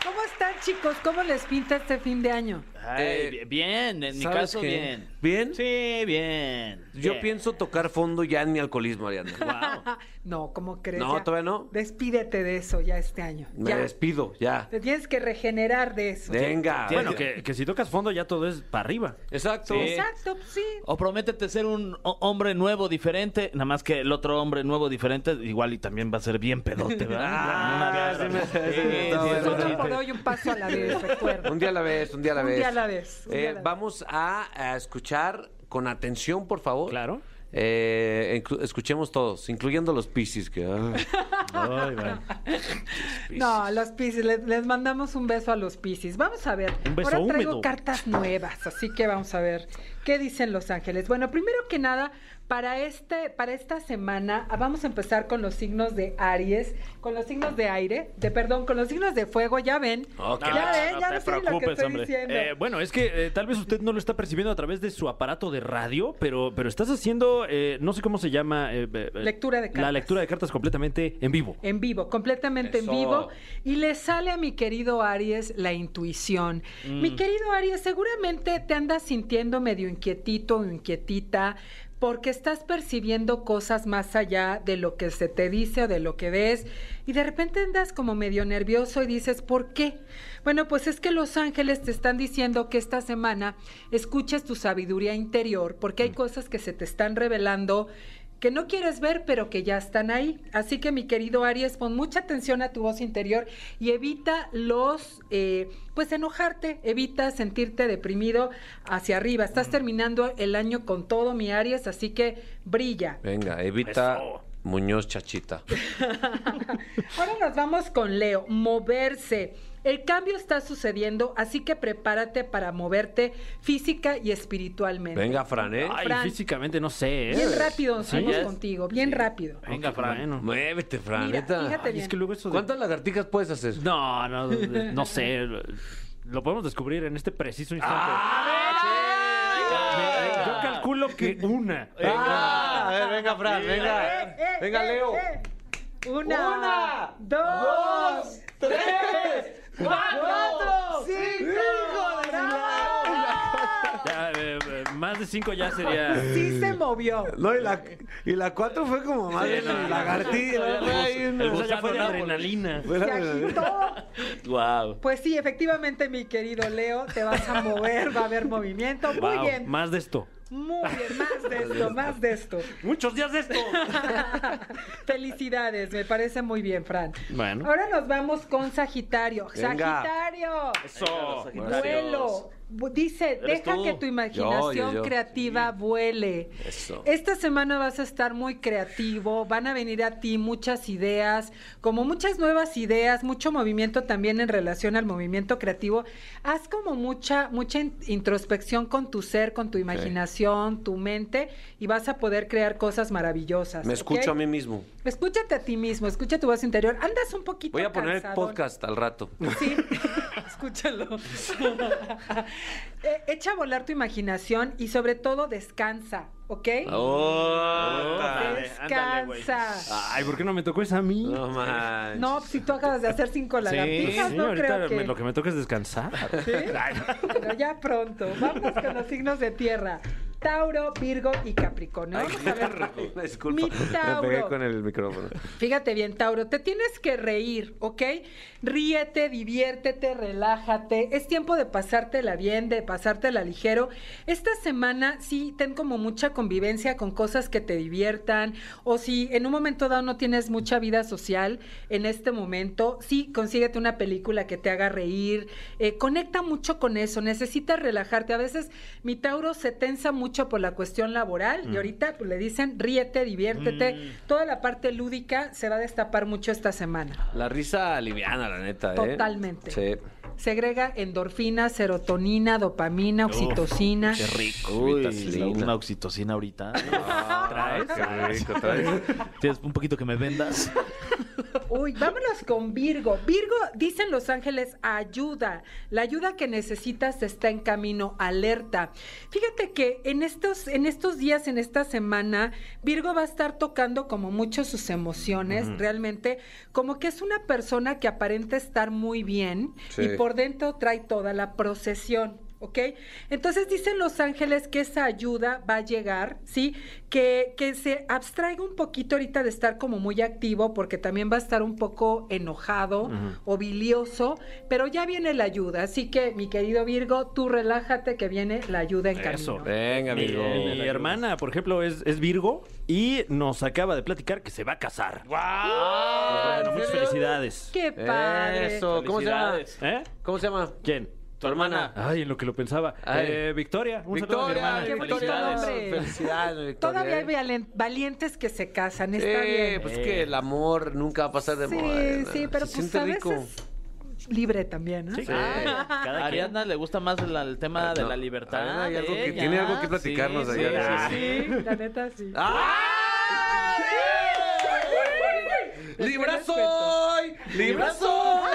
S8: ¿Cómo están, chicos? ¿Cómo les pinta este fin de año?
S4: Ay,
S2: eh,
S4: bi- bien, en mi
S2: ¿sabes
S4: caso,
S2: qué?
S4: bien.
S2: ¿Bien?
S4: Sí, bien.
S2: Yo
S4: bien.
S2: pienso tocar fondo ya en mi alcoholismo, Ariana.
S8: No, ¿cómo crees?
S2: No,
S8: Ya.
S2: todavía no.
S8: Despídete de eso ya este año.
S2: Me
S8: ya.
S2: despido, ya.
S8: Te tienes que regenerar de eso.
S2: Venga.
S3: Bueno, que, que si tocas fondo ya todo es para arriba.
S2: Exacto.
S8: Exacto, sí.
S4: O prométete ser un ho- hombre nuevo, diferente. Nada más que el otro hombre nuevo, diferente, igual y también va a ser bien pedote, ¿verdad?
S2: Ah, sí
S4: Una de esas.
S2: me- sí me- no, bueno,
S4: sí, sí,
S8: Solo
S2: no,
S8: por
S4: sí.
S8: hoy un paso a la vez, recuerda.
S2: Un día a la vez, un día a la
S8: Un
S2: vez.
S8: día a la vez, un día a
S2: Eh,
S8: la vez.
S2: Vamos a, a escuchar con atención, por favor.
S3: Claro.
S2: Eh, inclu- escuchemos todos, incluyendo los piscis que. ay,
S3: Ay, bueno.
S8: No, los Piscis, les, les mandamos un beso a los Piscis. Vamos a ver.
S3: Un beso
S8: Ahora traigo
S3: húmedo.
S8: cartas nuevas, así que vamos a ver qué dicen los ángeles. Bueno, primero que nada, para este, para esta semana ah, vamos a empezar con los signos de Aries, con los signos de aire, de perdón, con los signos de fuego, ya ven.
S2: Oh, qué
S8: ya
S2: gacho,
S8: ven, ya no, sé lo que estoy diciendo.
S3: Eh, bueno, es que eh, tal vez usted no lo está percibiendo a través de su aparato de radio, pero, pero estás haciendo, eh, no sé cómo se llama. eh, eh,
S8: Lectura de
S3: La
S8: cartas.
S3: lectura de cartas completamente en vivo.
S8: En vivo, completamente
S2: Eso.
S8: en vivo. Y le sale a mi querido Aries la intuición. Mi querido Aries, seguramente te andas sintiendo medio inquietito o inquietita porque estás percibiendo cosas más allá de lo que se te dice o de lo que ves y de repente andas como medio nervioso y dices, ¿por qué? Bueno, pues es que los ángeles te están diciendo que esta semana escuches tu sabiduría interior porque hay cosas que se te están revelando que no quieres ver, pero que ya están ahí. Así que mi querido Aries, pon mucha atención a tu voz interior y evita los, eh, pues enojarte, evita sentirte deprimido hacia arriba.
S3: Mm.
S8: Estás terminando el año con todo, mi Aries, así que brilla.
S2: Venga, Evita
S3: Eso.
S2: Muñoz Chachita.
S8: Ahora nos vamos con Leo, moverse. El cambio está sucediendo, así que prepárate para moverte física y espiritualmente.
S2: Venga, Fran, ¿eh?
S3: Ay,
S8: Fran.
S3: físicamente no sé. ¿eh?
S8: Bien rápido, nos
S3: Sí,
S8: vamos
S3: es-
S8: contigo, bien rápido.
S4: Venga,
S3: Ok,
S4: Fran.
S3: bueno.
S2: Muévete, Fran,
S8: Mira,
S2: neta.
S8: fíjate
S3: Ay, es
S8: bien.
S3: que luego eso de-
S2: ¿Cuántas lagartijas puedes hacer?
S3: No, no, no sé. Lo podemos descubrir en este preciso instante. Ah. Eh,
S2: Ah,
S3: Yo calculo que una.
S2: Ah, a ver, venga, Fran, venga.
S8: Eh, eh,
S2: Venga,
S8: eh,
S2: Leo.
S8: eh. Una, dos
S7: ¡Tres!
S8: cuatro,
S7: ¡Cinco!
S3: Ya, eh, eh, más de cinco ya sería.
S8: Sí se movió.
S5: No, y la, y la cuatro fue como más de
S3: no,
S5: lagartija. güey,
S3: El
S5: no.
S3: bus ya fue de adrenalina.
S5: Fuera
S8: Se
S5: de-
S8: agitó.
S3: Wow.
S8: Pues sí, efectivamente, mi querido Leo, te vas a mover, va a haber movimiento. Muy bien,
S3: Más de esto.
S8: muy bien, más de esto, más de esto.
S3: Muchos días de esto.
S8: Felicidades, me parece muy bien, Fran.
S3: Bueno.
S8: Ahora nos vamos con Sagitario.
S5: Venga.
S8: Sagitario.
S3: Eso.
S8: Vuelo. Bu- Dice,
S3: ¿Eres
S8: deja
S3: tú?
S8: que tu imaginación
S5: Yo, yo, yo.
S8: creativa vuele.
S5: Eso.
S8: Esta semana vas a estar muy creativo, van a venir a ti muchas ideas, como muchas nuevas ideas, mucho movimiento también en relación al movimiento creativo. Haz como mucha mucha in- introspección con tu ser, con tu imaginación, tu mente y vas a poder crear cosas maravillosas.
S2: Me
S8: ¿ok?
S2: escucho a mí mismo.
S8: Escúchate a ti mismo, escucha tu voz interior. Andas un poquito
S2: Voy a poner el
S8: cansadón.
S2: podcast al rato.
S8: Sí, escúchalo. Eh, echa a volar tu imaginación y sobre todo descansa, ¿ok?
S3: Oh.
S8: descansa.
S3: Ay, ¿por qué no me tocó esa a mí?
S2: No manches.
S8: No, si tú acabas de hacer cinco lagartijas,
S3: Sí,
S8: no
S3: ahorita
S8: creo que...
S3: me- lo que me toca es descansar.
S8: ¿Sí? Pero ya pronto. Vamos con los signos de tierra. Tauro, Virgo y Capricornio. Vamos a ver.
S2: Una disculpa.
S8: Mi
S2: Me pegué
S8: Tauro.
S2: con el micrófono.
S8: Fíjate bien, Tauro, te tienes que reír, ¿ok? Ríete, diviértete, relájate. Es tiempo de pasártela bien, de pasártela ligero. Esta semana sí ten como mucha convivencia con cosas que te diviertan. O si en un momento dado no tienes mucha vida social, en este momento sí consíguete una película que te haga reír. Eh, conecta mucho con eso. Necesitas relajarte. A veces mi Tauro se tensa mucho por la cuestión laboral y ahorita pues, le dicen ríete, diviértete. Toda la parte lúdica se va a destapar mucho esta semana.
S2: La risa liviana, la neta, ¿eh?
S8: Totalmente.
S2: Sí.
S8: Segrega endorfina, serotonina, dopamina, oxitocina.
S4: Qué rico.
S2: Uy,
S4: Oxitocina.
S2: linda.
S4: una oxitocina ahorita.
S2: ¿Traes? Qué rico, traes.
S4: ¿Tienes un poquito que me vendas?
S8: Uy, vámonos con Virgo. Virgo, dicen los ángeles, ayuda. La ayuda que necesitas está en camino, alerta. Fíjate que en estos, en estos días, en esta semana, Virgo va a estar tocando como mucho sus emociones, realmente, como que es una persona que aparenta estar muy bien
S2: Sí.
S8: y por dentro trae toda la procesión. ¿Ok? Entonces dicen los ángeles que esa ayuda va a llegar, ¿sí? Que, que se abstraiga un poquito ahorita de estar como muy activo, porque también va a estar un poco enojado o bilioso, pero ya viene la ayuda. Así que, mi querido Virgo, tú relájate que viene la ayuda en
S3: Eso.
S8: camino.
S2: Venga,
S3: Mi,
S2: amigo.
S3: mi hermana, por ejemplo, es, es Virgo y nos acaba de platicar que se va a casar. Bueno, muchas felicidades.
S8: ¡Qué padre!
S2: Eso, ¿cómo se llama?
S4: Felicidades.
S3: ¿Eh?
S2: ¿Cómo se llama?
S3: ¿Quién?
S2: Tu hermana.
S3: Ay, en lo que lo pensaba.
S2: Ay.
S3: Eh, Victoria. Un saludo a mi
S2: Victoria,
S3: hermana.
S8: qué bonito
S2: Victoria.
S8: nombre.
S2: Felicidades, Victoria.
S8: Todavía hay valen- valientes que se casan,
S2: Sí,
S8: está bien.
S2: pues que el amor nunca va a pasar de
S8: sí,
S2: moda. ¿no?
S8: sí, pero
S2: Se
S8: pues
S2: siente
S8: a
S2: rico.
S8: veces libre también, ¿no?
S3: Sí.
S4: A Ah. Ariadna le gusta más la- el tema de
S2: No,
S4: la libertad.
S2: Ariadna Ah, hay algo que-
S4: ella.
S2: tiene algo que platicarnos,
S4: Sí,
S2: Ariadna.
S4: sí, sí, sí.
S8: Sí, la neta sí.
S2: ¡Ah! ¡Libra soy! ¡Libra soy!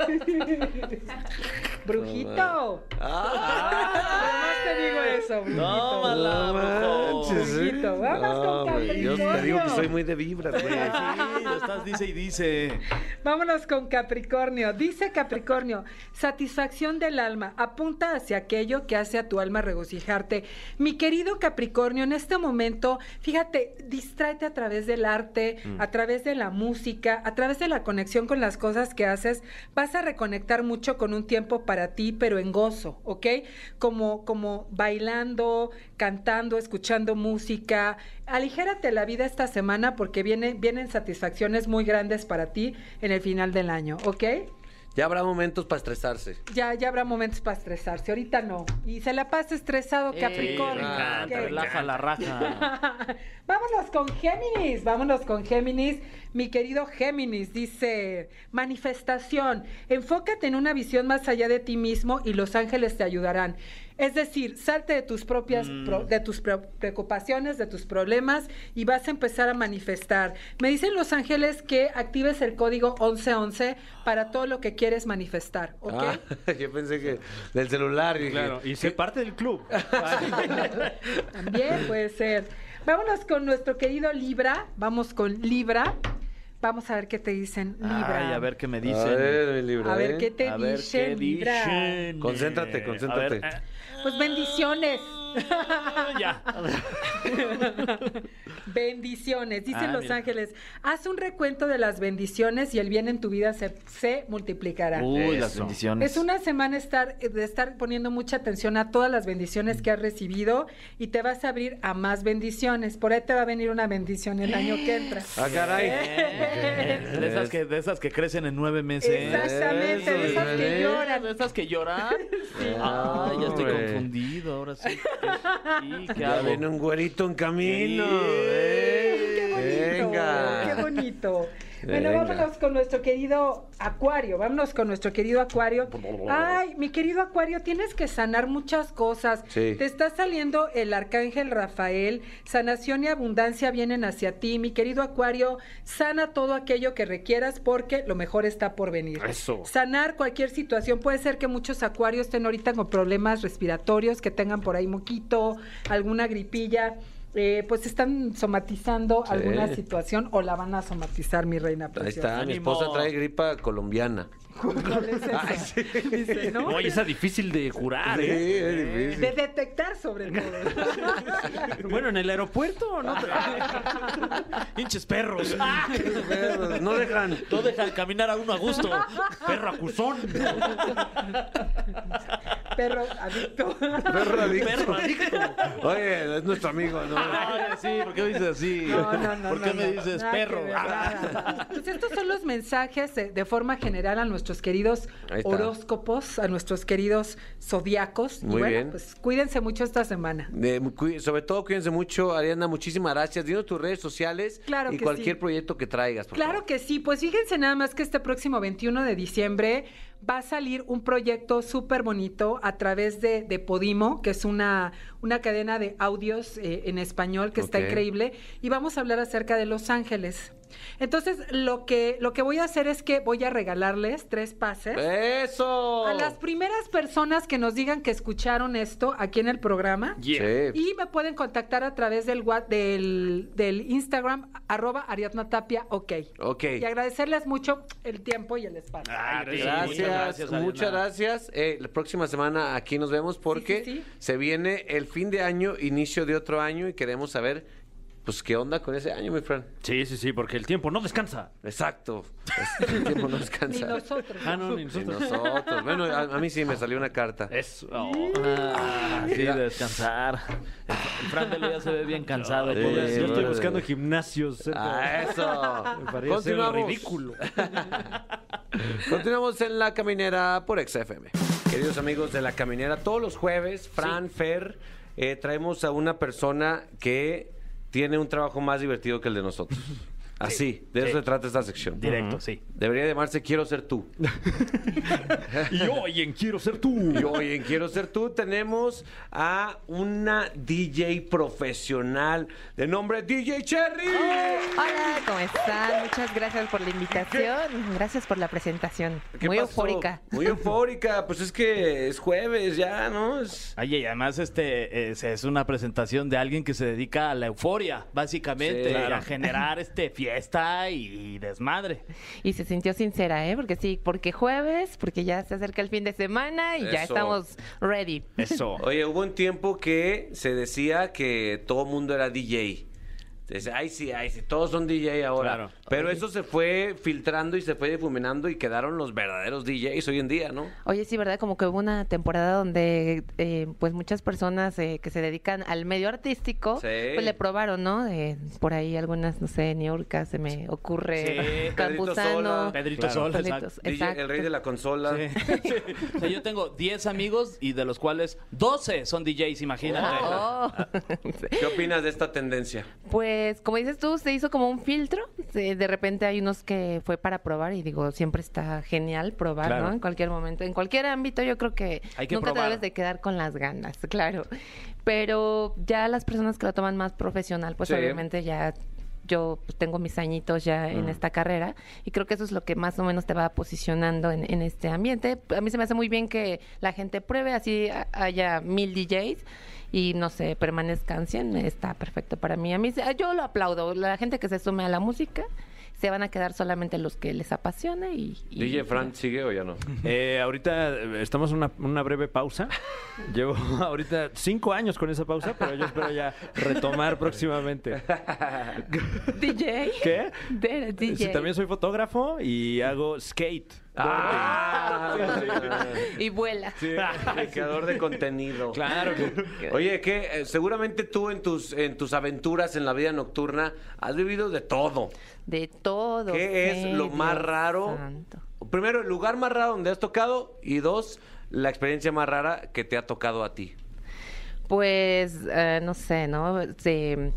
S8: Brujito.
S2: ¡Ah!
S8: Nomás te digo eso, brujito.
S4: Tómala,
S2: No
S4: brujo.
S2: manches, ¿eh?
S8: Brujito, vamos con
S2: güey, Yo te
S8: Capricornio.
S2: digo que soy muy de vibra, güey.
S4: Sí, lo estás dice y dice.
S8: Vámonos con Capricornio. Dice Capricornio, satisfacción del alma, apunta hacia aquello que hace a tu alma regocijarte. Mi querido Capricornio, en este momento, fíjate, distráete a través del arte,
S2: Mm.
S8: a través de la música, a través de la conexión con las cosas que haces. Vas a reconectar mucho con un tiempo para ti, pero en gozo, ¿ok? Como, como bailando, cantando, escuchando música. Aligérate la vida esta semana porque viene, vienen satisfacciones muy grandes para ti en el final del año, ¿ok?
S2: Ya habrá momentos para estresarse.
S8: Ya, ya habrá momentos para estresarse, ahorita no. Y se la pasa estresado, Capricornio.
S4: me encanta,
S8: ¿ok?
S4: relaja la raja.
S8: Vámonos con Géminis, vámonos con Géminis. Mi querido Géminis dice, manifestación, enfócate en una visión más allá de ti mismo y los ángeles te ayudarán. Es decir, salte de tus propias, pro- de tus pre- preocupaciones, de tus problemas y vas a empezar a manifestar. Me dicen los ángeles que actives el código 1111 para todo lo que quieres manifestar, ¿ok?
S2: Ah, yo pensé que del celular. dije,
S3: Claro, y sé parte del club.
S8: También puede ser. Vámonos con nuestro querido Libra. Vamos con Libra. Vamos a ver qué te dicen, Libra.
S4: Ay, a ver qué me
S2: A
S4: dicen.
S2: ver, mi libro. ¿eh?
S8: A ver qué te
S4: A ver
S8: dicen,
S4: qué
S8: Libra.
S4: dicen.
S2: Concéntrate,
S4: A
S2: concéntrate.
S3: eh,
S4: ver,
S8: Pues bendiciones.
S4: ah, ya.
S8: Bendiciones, dicen
S4: Ah,
S8: Los
S4: mira.
S8: Ángeles. Haz un recuento de las bendiciones y el bien en tu vida se, se multiplicará.
S4: Uy, las
S3: Eso.
S4: bendiciones.
S8: Es una semana estar, de estar poniendo mucha atención a todas las bendiciones que has recibido y te vas a abrir a más bendiciones. Por ahí te va a venir una bendición el año que entra.
S2: Ah, caray.
S8: Eh,
S4: De esas, que, de esas que crecen en nueve meses.
S8: Exactamente, de
S2: Eso,
S8: esas que
S2: ¿eh?
S8: lloran.
S4: ¿De esas que lloran?
S2: Ah,
S4: Ay, ya estoy
S2: hombre.
S4: confundido, ahora sí. ¿Y qué
S2: Ya
S4: hago?
S2: viene un güerito en camino.
S8: ¡Ay, ¡Qué
S2: ¿eh?
S8: bonito! ¡Qué
S2: Venga.
S8: bonito! Bueno,
S2: Venga.
S8: vámonos con nuestro querido Acuario, vámonos con nuestro querido Acuario. Ay, mi querido Acuario, tienes que sanar muchas cosas.
S2: Sí.
S8: Te está saliendo el arcángel Rafael, sanación y abundancia vienen hacia ti. Mi querido Acuario, sana todo aquello que requieras porque lo mejor está por venir.
S3: Eso.
S8: Sanar cualquier situación. Puede ser que muchos acuarios estén ahorita con problemas respiratorios, que tengan por ahí moquito, alguna gripilla. Eh, pues están somatizando
S2: Sí.
S8: alguna situación o la van a somatizar, mi reina.
S2: Ahí
S8: preciosa.
S2: está, mi
S4: Ánimo.
S2: esposa trae gripa colombiana.
S8: ¿Cuál es esa? Dice, ¿no?
S3: Oye, esa difícil de jurar,
S2: Sí,
S3: ¿eh?
S2: es difícil.
S8: De detectar sobre todo.
S3: Bueno, en el aeropuerto, ¿no?
S4: Ah, Hinches perros.
S2: Perros, No dejan.
S4: No dejan caminar a uno a gusto.
S3: Perro acusón.
S8: Perro adicto.
S2: Perro adicto.
S4: Perro adicto.
S2: Oye, es nuestro amigo, ¿no?
S4: Ay, sí, ¿por qué me dices así?
S8: No, no, no,
S4: ¿Por qué
S8: no,
S4: me
S8: no.
S4: dices
S8: Nada que
S4: perro?
S8: ver,
S4: Ah.
S8: nada. Pues estos son los mensajes de, de forma general a nuestros queridos
S2: Ahí está.
S8: horóscopos, a nuestros queridos zodiacos. y
S2: Muy
S8: bueno,
S2: bien.
S8: pues cuídense mucho esta semana.
S2: De- cuí- sobre todo, cuídense mucho, Ariana. Muchísimas gracias. Dinos tus redes sociales
S8: Claro
S2: y
S8: que
S2: cualquier
S8: sí.
S2: proyecto que traigas. por
S8: Claro que sí, pues fíjense nada más que este próximo 21 de diciembre va a salir un proyecto súper bonito a través de, de Podimo, que es una, una cadena de audios eh, en español que está
S2: Ok.
S8: increíble, y vamos a hablar acerca de Los Ángeles. Entonces, lo que, lo que voy a hacer es que voy a regalarles tres pases.
S2: favor. ¡Eso!
S8: A las primeras personas que nos digan que escucharon esto aquí en el programa,
S2: Sí.
S8: y me pueden contactar a través del, wa- del, del Instagram, arroba Ariadna Tapia, ok.
S2: Ok.
S8: Y agradecerles mucho el tiempo y el espacio.
S3: Ah,
S4: Ay, sí,
S2: Gracias,
S4: muchas gracias, Ariana.
S2: muchas gracias. Eh, la próxima semana aquí nos vemos porque
S8: Sí, sí, sí.
S2: se viene el fin de año, inicio de otro año y queremos saber, pues, qué onda con ese año, mi friend.
S3: Sí, sí, sí, porque el tiempo no descansa.
S2: Exacto. El tiempo no
S8: Ni
S2: descansa.
S8: nosotros.
S3: Ah, no,
S2: Ni
S3: ni nosotros.
S2: nosotros. Bueno, a, a mí sí me salió una carta.
S3: Eso.
S4: Ah, sí, descansar. El Fran Velo ya se ve bien cansado.
S2: Sí,
S4: pobrecito.
S3: yo estoy
S2: brother.
S3: buscando gimnasios.
S2: Ah,
S3: Me
S2: eso.
S3: parece
S2: Continuamos.
S3: ridículo.
S2: Continuamos en La Caminera por XFM. Queridos amigos de La Caminera, todos los jueves, Fran Fer, eh, traemos a una persona que tiene un trabajo más divertido que el de nosotros. Así, de eso se trata esta sección.
S4: Directo, sí.
S2: Debería llamarse Quiero Ser Tú.
S3: Y hoy en Quiero Ser Tú.
S2: Y hoy en Quiero Ser Tú tenemos a una DJ profesional de nombre DJ Cherry.
S9: Hola, ¿cómo están? Muchas gracias por la invitación. Gracias por la presentación.
S2: ¿Qué
S9: Muy
S2: pasó?
S9: eufórica.
S2: Muy eufórica. Pues es que es jueves ya, ¿no? Es-
S4: Oye, y además este es, es una presentación de alguien que se dedica a la euforia, básicamente,
S2: Sí, claro.
S4: a generar este fiesta y, desmadre.
S9: Y se sintió sincera, ¿eh? Porque sí, porque jueves, porque ya se acerca el fin de semana y ya
S2: Eso.
S9: estamos ready.
S3: Eso.
S2: Oye, hubo un tiempo que se decía que todo mundo era DJ. Dice, ay, sí, ay, sí, todos son DJ ahora.
S3: Claro.
S2: Pero eso se fue filtrando y se fue difuminando y quedaron los verdaderos DJs hoy en día, ¿no?
S9: Oye, sí, ¿verdad? Como que hubo una temporada donde eh, pues muchas personas eh, que se dedican al medio artístico,
S2: Sí.
S9: pues le probaron, ¿no? Eh, por ahí algunas, no sé, Niurka, se me ocurre,
S4: Sí,
S2: Pedrito Sola.
S9: Campuzano.
S4: Pedrito
S3: Claro.
S4: Sola,
S9: Pedritos,
S4: exacto.
S2: DJ, el rey de la consola.
S4: Sí. O sea, yo tengo 10 amigos y de los cuales 12 son DJs, imagínate.
S9: Oh.
S2: ¿Qué opinas de esta tendencia?
S9: Pues como dices tú, se hizo como un filtro. Se- De repente hay unos que fue para probar y digo, siempre está genial probar,
S3: Claro.
S9: ¿no? En cualquier momento, en cualquier ámbito, yo creo que,
S4: Hay que
S9: nunca
S4: probar.
S9: te debes de quedar con las ganas, claro. Pero ya las personas que lo toman más profesional, pues
S2: Sí.
S9: obviamente ya yo pues, tengo mis añitos ya en esta carrera y creo que eso es lo que más o menos te va posicionando en, en este ambiente. A mí se me hace muy bien que la gente pruebe, así ha- haya mil DJs y no sé, permanezcan 100, está perfecto para mí. A mí se- yo lo aplaudo, la gente que se sume a la música se van a quedar solamente los que les apasione y... y-
S2: DJ Frank sigue o ya no?
S3: Eh, ahorita eh, estamos en una, una breve pausa. Llevo ahorita cinco años con esa pausa, pero yo espero ya retomar próximamente.
S9: DJ.
S3: ¿Qué?
S9: De- DJ.
S3: Sí, también soy fotógrafo y hago skate. Ah.
S9: y vuela.
S2: Ah, El creador de contenido.
S3: Claro que-
S2: Oye, que eh, seguramente tú en tus en tus aventuras en la vida nocturna has vivido de todo.
S9: De todo.
S2: ¿Qué es lo
S9: Dios
S2: más raro?
S9: santo.
S2: Primero, el lugar más raro donde has tocado y dos, la experiencia más rara que te ha tocado a ti.
S9: Pues, eh, no sé, ¿no? Se-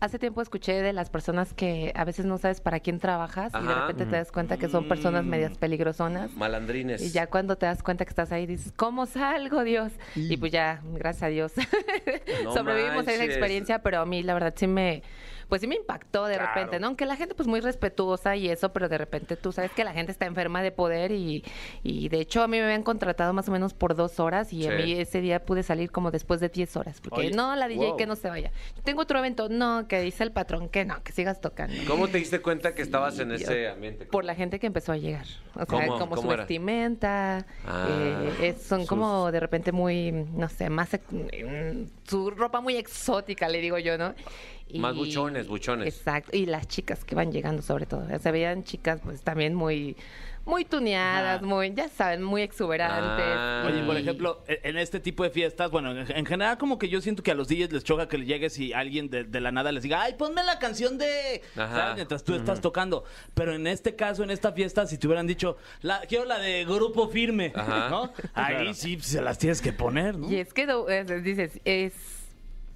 S9: hace tiempo escuché de las personas que a veces no sabes para quién trabajas y de
S2: Ajá. Mm.
S9: repente te das cuenta que son personas medias peligrosonas.
S2: Malandrines.
S9: Y ya cuando te das cuenta que estás ahí, dices, ¿cómo salgo, Dios? Y pues ya, gracias a Dios,
S2: No
S9: sobrevivimos a esa
S2: manches.
S9: experiencia, pero a mí la verdad sí me, pues sí me impactó de repente, ¿no? Aunque la gente pues muy respetuosa y eso, pero de repente tú sabes que la gente está enferma de poder y, y de hecho a mí me habían contratado más o menos por dos horas y a
S2: Sí.
S9: mí ese día pude salir como después de 10 horas, porque
S4: Oye,
S9: no, la DJ
S2: wow.
S9: que no se vaya. Tengo otro evento, no, que dice el patrón que no, que sigas tocando
S2: ¿Cómo te diste cuenta que estabas en ese ambiente?
S9: por la gente que empezó a llegar. O sea,
S2: ¿Cómo?
S9: como su
S2: ¿Cómo era?
S9: vestimenta,
S2: Ah,
S9: eh, es- son como de repente muy, no sé, más ex- mm, su ropa muy exótica, le digo yo, ¿no?
S2: Más buchones, buchones.
S9: Exacto, y las chicas que van llegando sobre todo. Se veían chicas pues también muy muy tuneadas,
S4: Ajá.
S9: muy, ya saben, muy exuberantes.
S2: Ah.
S4: Oye, por
S9: y-
S4: ejemplo, e- en este tipo de fiestas, bueno, en en general como que yo siento que a los DJs les choca que le llegues y alguien de, de la nada les diga, ay, ponme la canción de...
S2: Ajá.
S4: ¿sabes? Mientras tú estás tocando. Pero en este caso, en esta fiesta, si te hubieran dicho, "La- quiero la de grupo firme,
S2: Ajá.
S4: ¿no? Ahí sí se las tienes que poner, ¿no?
S9: Y es que do- es- dices, es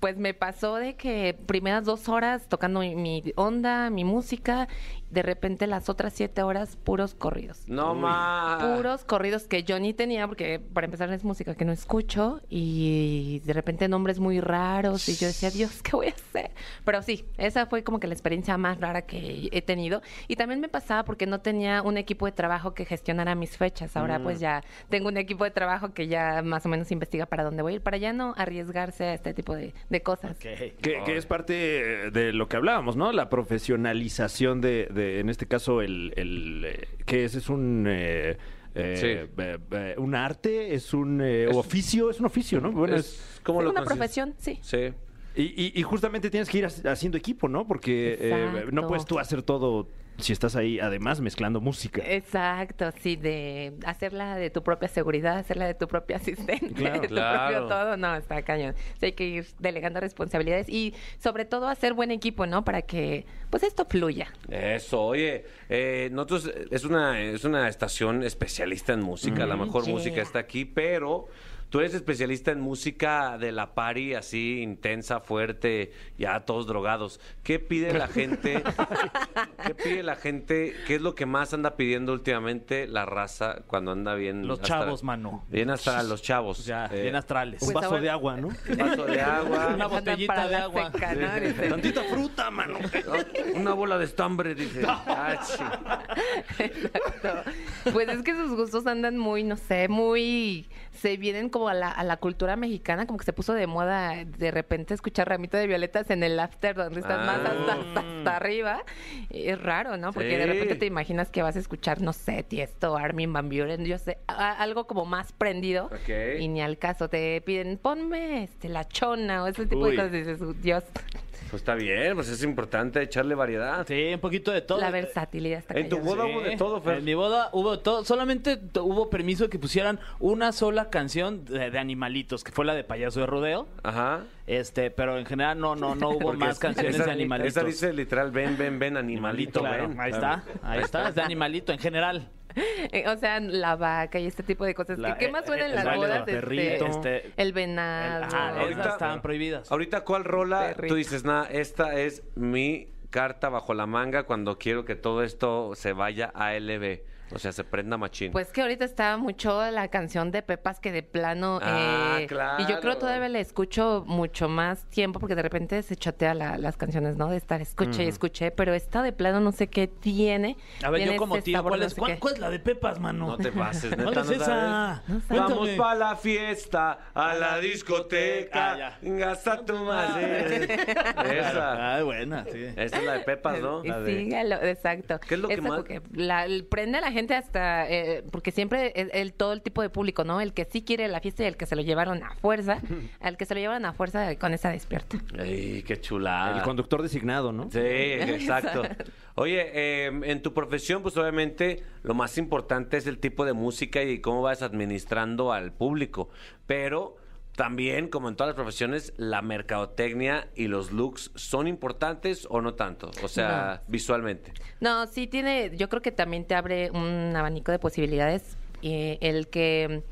S9: pues me pasó de que primeras dos horas tocando mi, mi onda, mi música, de repente las otras siete horas puros corridos.
S2: No más.
S9: Puros corridos que yo ni tenía, porque para empezar es música que no escucho, y de repente nombres muy raros, y yo decía, Dios, ¿qué voy a hacer? Pero sí, esa fue como que la experiencia más rara que he tenido. Y también me pasaba porque no tenía un equipo de trabajo que gestionara mis fechas. Ahora pues ya tengo un equipo de trabajo que ya más o menos investiga para dónde voy a ir, para ya no arriesgarse a este tipo de, de cosas.
S4: Ok.
S3: Que, que es parte eh, de lo que hablábamos, ¿no? La profesionalización de, de, en este caso, el, el, eh, que ese es un... eh, eh,
S2: Sí.
S3: eh, eh, un arte es un eh, oficio es un oficio no bueno es,
S2: Es, ¿cómo
S9: es
S2: lo
S9: una
S2: consigues?
S9: profesión, sí.
S2: Sí.
S3: Y, y- y justamente tienes que ir ha- haciendo equipo, ¿no? Porque eh,
S9: Exacto.
S3: no puedes tú hacer todo si estás ahí, además mezclando música.
S9: Eh. Exacto, sí, de hacerla de tu propia seguridad, hacerla de tu propia asistente,
S3: Claro.
S9: de tu
S2: Claro.
S9: propio todo, no, está cañón. Sí, hay que ir delegando responsabilidades y sobre todo hacer buen equipo, ¿no? Para que pues esto fluya.
S2: Eso, oye, eh, nosotros eh, es una, es una estación especialista en música, la mejor
S9: yeah.
S2: música está aquí, pero tú eres especialista en música de la party así intensa, fuerte, ya todos drogados. ¿Qué pide la gente? ¿Qué pide la gente? ¿Qué es lo que más anda pidiendo últimamente la raza cuando anda bien?
S4: Los chavos, mano.
S2: Bien hasta los chavos.
S4: Ya,
S2: Eh,
S4: bien astrales.
S3: Un
S9: Pues
S3: vaso
S9: ahora-
S3: de agua, ¿no?
S2: Vaso de agua.
S4: Una botellita
S9: Andan para
S4: de
S9: la
S4: agua.
S9: seca, ¿no? Dice.
S3: Tantita fruta, mano.
S2: Una bola de estambre, dice. Ah, sí.
S9: Exacto. Pues es que sus gustos andan muy, no sé, muy. Se vienen como a la, a la cultura mexicana, como que se puso de moda de repente escuchar ramito de violetas en el after, donde estás más
S2: Ah.
S9: hasta, hasta- hasta arriba. Es raro, ¿no? Porque de
S2: Sí.
S9: repente te imaginas que vas a escuchar, no sé, Tiesto, Armin Van Buren, yo sé, a- algo como más prendido.
S2: Ok.
S9: Y ni al caso te piden, ponme este, la chona o ese tipo
S3: Uy.
S9: de cosas. Y dices, Dios,
S2: Pues está bien, pues es importante echarle variedad.
S4: Sí, pues, un poquito de todo.
S9: la versatilidad está
S2: En tu
S9: cañona.
S2: boda hubo de todo, Fer.
S4: En mi boda hubo de todo. Solamente t- hubo permiso de que pusieran una sola canción de, de animalitos, que fue la de payaso de rodeo.
S2: Ajá.
S4: Este, pero en general no, no, no hubo más canciones
S2: esa,
S4: de animalitos.
S2: Esa dice literal, ven, ven, ven, animalito,
S4: Claro,
S2: ven.
S4: Ahí está, ahí está, es de animalito en general.
S9: Eh, O sea, la vaca y este tipo de cosas.
S4: La- eh,
S9: ¿Qué, qué más suena
S4: el-
S9: en las
S4: el baile
S9: bodas?
S4: del
S9: Este,
S4: perrito. Este,
S9: el venado.
S4: Ah,
S2: Ahorita-
S4: esas estaban prohibidas.
S2: Ahorita, ¿cuál rola?
S9: Perrito.
S2: Tú dices, nada, esta es mi carta bajo la manga cuando quiero que todo esto se vaya a LB. O sea, se prenda machín.
S9: Pues que ahorita está mucho la canción de Pepas que de plano. eh,
S2: Ah,
S9: Y yo creo
S2: claro.
S9: todavía la escucho mucho más tiempo porque de repente se chotea la- las canciones, ¿no? De estar escuché y escuché, pero esta de plano no sé qué tiene.
S4: A ver,
S9: Tiene
S4: yo como
S9: ese
S4: tío,
S9: este sabor
S4: ¿cuál
S9: de
S4: es,
S9: no sé
S4: cuál,
S9: qué.
S4: cuál es la de Pepas, mano?
S2: No te pases, neta,
S4: ¿Cuál
S2: no
S4: es esa?
S2: sabes. Vamos
S4: Cuéntame.
S2: para la fiesta, a la
S4: Ah,
S2: discoteca,
S4: ya.
S2: gasta tu madre. Esa.
S4: Ah, buena, sí.
S2: Esa es la de Pepas, ¿no?
S9: Y
S2: La de-
S9: sígalo, exacto.
S2: ¿Qué es lo que más-
S9: porque la- el- prende a la gente hasta... eh, porque siempre es el, todo el tipo de público, ¿no? El que sí quiere la fiesta y el que se lo llevaron a fuerza. al que se lo llevaron a fuerza con esa despierta.
S2: Ey, qué chulada.
S3: El conductor designado, ¿no?
S2: Ah. Sí, exacto. Oye, eh, en tu profesión, pues obviamente lo más importante es el tipo de música y cómo vas administrando al público. Pero también, como en todas las profesiones, la mercadotecnia y los looks son importantes o no tanto. O sea, visualmente.
S9: No, sí tiene, yo creo que también te abre un abanico de posibilidades. eh, el que,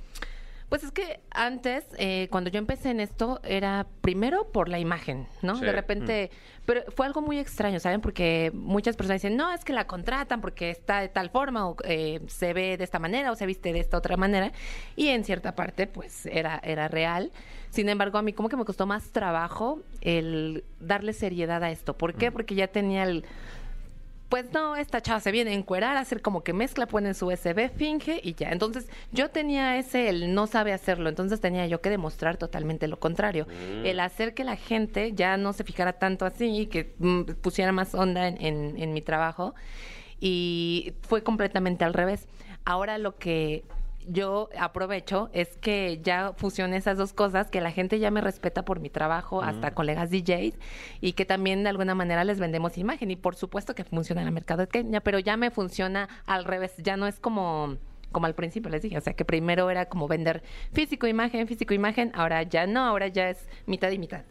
S9: pues es que antes, eh, cuando yo empecé en esto, era primero por la imagen, ¿no?
S2: Sí.
S9: De repente, pero fue algo muy extraño, ¿saben? Porque muchas personas dicen, no, es que la contratan porque está de tal forma, o eh, se ve de esta manera, o se viste de esta otra manera. Y en cierta parte, pues era, era real. Sin embargo, a mí como que me costó más trabajo el darle seriedad a esto. ¿Por qué? Porque ya tenía el pues no, esta chava se viene a encuerar, a hacer como que mezcla, pone en su USB, finge y ya. Entonces, yo tenía ese, el no sabe hacerlo, entonces tenía yo que demostrar totalmente lo contrario. El hacer que la gente ya no se fijara tanto así y que mm, pusiera más onda en, en- en mi trabajo. Y fue completamente al revés. Ahora lo que yo aprovecho es que ya fusioné esas dos cosas, que la gente ya me respeta por mi trabajo, hasta colegas DJs, y que también de alguna manera les vendemos imagen. Y por supuesto que funciona en el mercado de Kenia, pero ya me funciona al revés, ya no es como como al principio les dije, o sea que primero era como vender físico imagen, físico imagen, ahora ya no, ahora ya es mitad y mitad.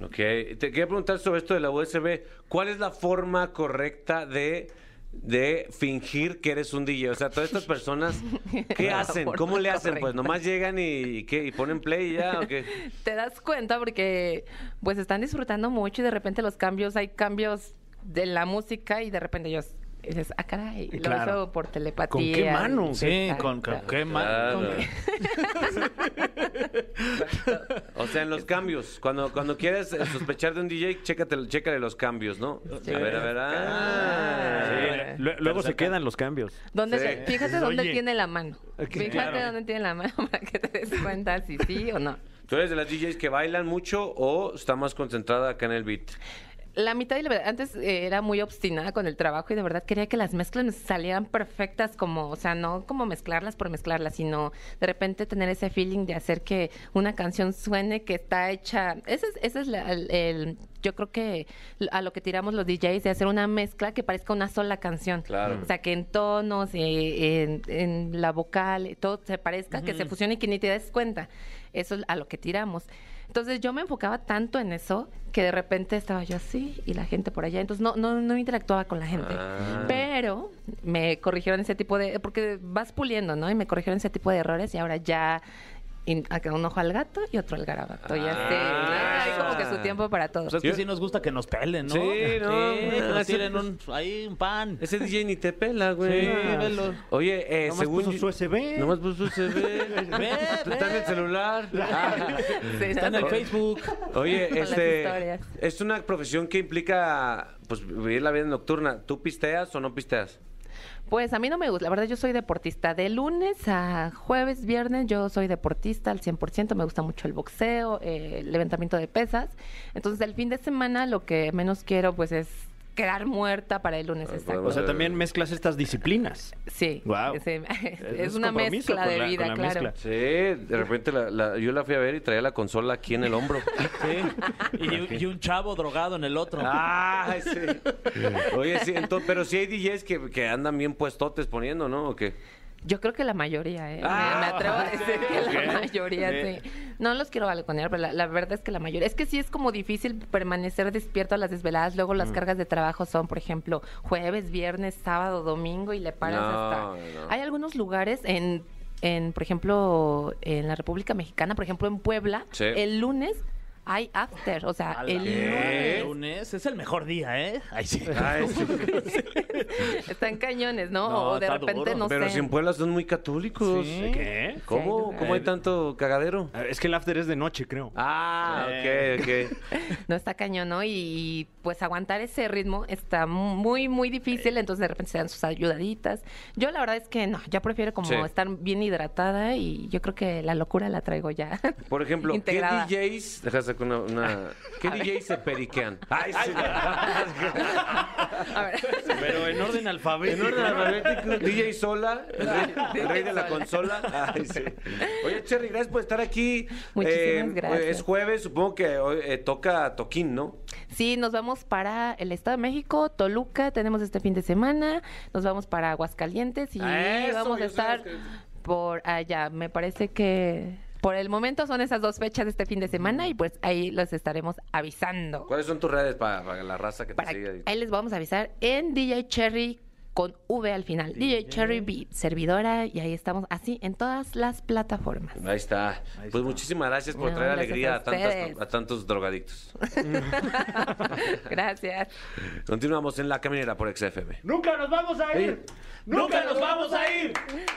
S2: Ok, te quería preguntar sobre esto de la USB. ¿Cuál es la forma correcta de, de fingir que eres un DJ? O sea, todas estas personas, ¿qué
S9: La
S2: hacen?
S9: forma
S2: ¿Cómo le hacen? Pues
S9: correcta.
S2: nomás llegan y, y ¿qué? ¿Y ponen play y ya, ¿o qué?
S9: te das cuenta porque pues están disfrutando mucho y de repente los cambios, hay cambios de la música y de repente ellos dices, ah, caray, lo
S3: Claro.
S9: hizo por telepatía.
S3: ¿Con qué mano?
S4: Sí, con, con-
S9: Exacto.
S4: qué mal.
S2: Claro. O sea, en los cambios. Cuando, cuando quieres eh, sospechar de un DJ, chécate, chécale los cambios, ¿no? A ver, a ver. ah.
S3: Sí, lu- Luego se quedan los cambios.
S9: ¿Dónde
S2: Sí.
S9: se- fíjate dónde
S3: Oye.
S9: tiene la mano.
S3: Ok.
S9: Fíjate
S3: Claro.
S9: dónde tiene la mano para que te des cuenta si sí o no.
S2: ¿Tú eres de las DJs que bailan mucho o está más concentrada acá en el beat?
S9: La mitad y la verdad, antes eh, era muy obstinada con el trabajo y de verdad quería que las mezclas me salieran perfectas, como, o sea, no como mezclarlas por mezclarlas, sino de repente tener ese feeling de hacer que una canción suene que está hecha. Ese es, ese es la- el, el- yo creo que a lo que tiramos los DJs, de hacer una mezcla que parezca una sola canción.
S2: Claro.
S9: O sea, que en tonos, eh, en, en la vocal, eh, todo se parezca, que se fusione y que ni te des cuenta. Eso es a lo que tiramos. Entonces yo me enfocaba tanto en eso que de repente estaba yo así y la gente por allá. Entonces no, no, no interactuaba con la gente.
S2: Ah.
S9: Pero me corrigieron ese tipo de... Porque vas puliendo, ¿no? Y me corrigieron ese tipo de errores y ahora ya... in- acá un ojo al gato y otro al garabato. Ya sé.
S2: Ah.
S9: Hay como que su tiempo para todo.
S4: Pues es que sí nos gusta que nos pelen, ¿no?
S2: Sí, no, Ah,
S4: Sí, que
S2: no,
S4: nos
S2: ese-
S4: tiren un, ahí un pan.
S2: Ese DJ ni te pela, güey. Ah,
S4: Sí, velo.
S2: Oye, eh,
S3: Nomás
S2: según.
S3: puso su USB.
S2: Nomás puso su USB.
S4: Ve,
S2: Está en
S4: ve.
S2: el celular. Ah.
S9: Sí,
S4: Está en
S9: ¿no?
S4: el Facebook.
S2: Oye,
S9: Con las
S2: este.
S9: historias.
S2: Es una profesión que implica, pues, vivir la vida nocturna. ¿Tú pisteas o no pisteas?
S9: Pues a mí no me gusta, la verdad yo soy deportista. De lunes a jueves, viernes yo soy deportista al 100%, me gusta mucho el boxeo, eh, el levantamiento de pesas. Entonces el fin de semana lo que menos quiero pues es quedar muerta para el lunes.
S2: Ah,
S9: exacto.
S2: podemos
S3: O sea, también mezclas estas disciplinas.
S9: Sí,
S3: Guau.
S9: es, eh, es
S3: Es
S9: una
S3: compromiso
S9: mezcla
S3: con
S9: de
S3: la- con
S9: vida,
S3: la
S9: claro.
S3: mezcla.
S2: Sí, de repente la- la- yo la fui a ver y traía la consola aquí en el hombro.
S4: Sí. Y, y un chavo drogado en el otro.
S2: Ah, sí. Oye, sí, entonces, pero sí hay DJs que, que andan bien puestotes poniendo, ¿no? ¿O qué?
S9: Yo creo que la mayoría, ¿eh? Me-
S2: Ah,
S9: me, atrevo a decir que la
S2: ok.
S9: mayoría, sí. No los quiero balconear, pero la, la verdad es que la mayoría. Es que sí es como difícil permanecer despierto a las desveladas. Luego
S2: Mm.
S9: las cargas de trabajo son, por ejemplo, jueves, viernes, sábado, domingo y le paras
S2: No,
S9: hasta.
S2: no.
S9: Hay algunos lugares en, en, por ejemplo, en la República Mexicana, por ejemplo, en Puebla,
S2: Sí.
S9: el lunes hay after, o sea,
S4: A la-
S9: el
S4: El
S9: lunes.
S4: lunes es el mejor día, ¿eh? Ay, sí.
S9: Están cañones, ¿no?
S4: No,
S9: o de
S4: está
S9: repente,
S4: duro.
S9: no
S2: Pero
S9: sé.
S2: si en Puebla son muy católicos.
S4: Sí.
S3: ¿Qué?
S2: ¿Cómo?
S9: Sí,
S2: ¿Cómo hay tanto cagadero?
S3: Ah, Es que el after es de noche, creo.
S2: Ah,
S4: Eh.
S2: ok, ok.
S9: No está cañón, ¿no? Y pues aguantar ese ritmo está muy, muy difícil. Entonces de repente se dan sus ayudaditas. Yo la verdad es que no, yo prefiero como
S2: Sí.
S9: estar bien hidratada y yo creo que la locura la traigo ya.
S2: Por ejemplo,
S9: Integrada.
S2: ¿qué DJs? Dejas sacar una, una- ¿Qué DJs se periquean? Ay, sí.
S9: A ver.
S3: Pero en orden
S2: En
S3: alfabético.
S2: orden alfabético, DJ Sola, el rey, el rey de la
S9: Sola.
S2: consola. Ay, sí. Oye, Cherry, gracias por estar aquí. Eh,
S9: Muchísimas gracias.
S2: Es jueves, supongo que hoy, eh, toca Toquín, ¿no?
S9: Sí, nos vamos para el Estado de México, Toluca, tenemos este fin de semana, nos vamos para Aguascalientes y
S2: Eso,
S9: vamos a
S2: yo soy
S9: estar por allá. Me parece que por el momento son esas dos fechas de este fin de semana y pues ahí los estaremos avisando.
S2: ¿Cuáles son tus redes para, la raza que te
S9: Para-
S2: sigue?
S9: ahí les vamos a avisar en DJ Cherry con V al final, DJ Cherry Beat, servidora y ahí estamos así en todas las plataformas.
S2: Ahí está. pues muchísimas gracias por
S9: No,
S2: traer
S9: gracias
S2: alegría
S9: a
S2: a, tantas-
S9: ustedes.
S2: a tantos drogadictos.
S9: Gracias.
S2: Continuamos en La Caminera por XFM.
S4: ¡Nunca nos vamos a ir! ¡Nunca nos vamos a ir!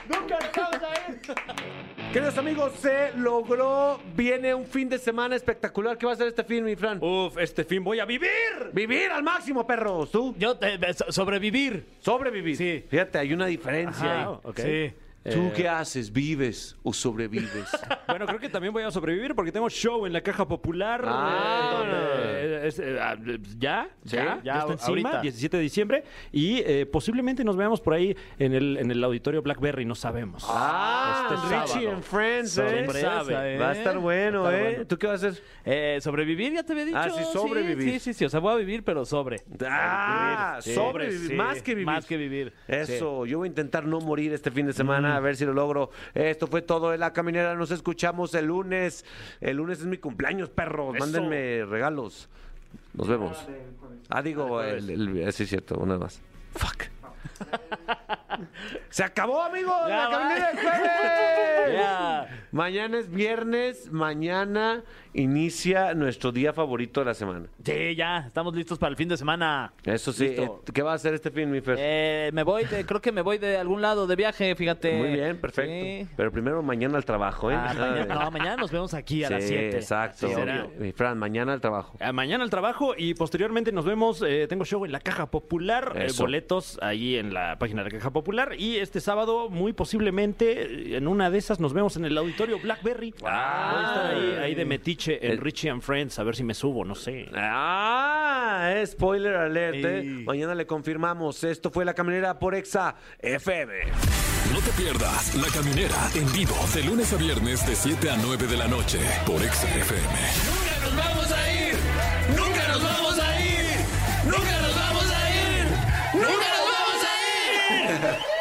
S4: ¡Nunca nos vamos a ir!
S2: Queridos amigos, se logró. Viene un fin de semana espectacular. ¿Qué va a ser este fin, mi Fran?
S3: Uf, este fin voy a vivir.
S2: Vivir al máximo, perros. Tú,
S4: Yo te, eh, so- sobrevivir.
S2: sobrevivir.
S4: Sí.
S2: Fíjate, hay una diferencia
S3: Ajá,
S2: ahí.
S3: Ah, ok.
S2: Sí. Eh, ¿Tú qué haces? ¿Vives o sobrevives?
S3: Bueno, creo que también voy a sobrevivir porque tengo show en la caja popular.
S2: Ah,
S3: eh, donde,
S2: bueno.
S3: eh, es, eh, ah, eh, ya,
S4: Sí,
S3: ya,
S4: ya,
S3: ya está encima,
S4: ahorita.
S3: 17 de diciembre. Y eh, posiblemente nos veamos por ahí en el, en el auditorio Blackberry, no sabemos.
S2: ah,
S3: Este sábado.
S2: Richie and Friends, ¿eh?
S4: Sorpresa, ¿eh?
S2: Va a estar bueno,
S4: Va a estar
S2: ¿eh?
S4: bueno.
S2: ¿Tú qué vas a hacer?
S4: Eh, sobrevivir, ya te había dicho.
S2: Ah, sí, sobrevivir.
S4: Sí, sí, sí. O sea, voy a vivir, pero sobre.
S2: Ah,
S4: Sí.
S2: sobrevivir,
S4: Sí,
S2: más que vivir.
S4: Más que vivir.
S2: Eso, yo voy a intentar no morir este fin de semana, a ver si lo logro. Esto fue todo de la caminera, nos escuchamos el lunes. El lunes es mi cumpleaños, perros. Mándenme regalos. Nos vemos. Ah, digo, el, el- sí es cierto, una más. Fuck. Se acabó, amigos.
S4: Ya,
S2: la caminera
S4: bye.
S2: de jueves.
S4: Ya.
S2: Mañana es viernes, mañana inicia nuestro día favorito de la semana.
S4: Sí, ya. Estamos listos para el fin de semana.
S2: Eso sí,
S4: Listo.
S2: eh, ¿qué va a hacer este fin, mi Fer?
S4: Eh, me voy, de- creo que me voy de algún lado de viaje, fíjate.
S2: Muy bien, perfecto.
S4: Sí.
S2: Pero primero mañana al trabajo, ¿eh?
S4: Ah, mañana, no, mañana nos vemos aquí a las
S2: Sí,
S4: 7.
S2: Exacto.
S4: Así será.
S2: Mi Fran, mañana al trabajo.
S3: Ah, Mañana al trabajo y posteriormente nos vemos. eh, tengo show en la Caja Popular, eh,
S2: Eso.
S3: boletos ahí en la página de la Caja Popular. Y este sábado, muy posiblemente, eh, en una de esas nos vemos en el auditorio Blackberry. Voy a estar ahí, ahí de Metiche en
S2: El-
S3: Richie and Friends, a ver si me subo, no sé.
S2: Ah, spoiler alert. ¿eh?
S4: Sí.
S2: Mañana le confirmamos. Esto fue La Caminera por Exa FM.
S1: No te pierdas La Caminera en vivo de lunes a viernes de 7 a 9 de la noche por XFM. ¡Nunca nos vamos a ir! ¡Nunca nos vamos a ir! ¡Nunca nos vamos a ir! ¡Nunca nos vamos a ir!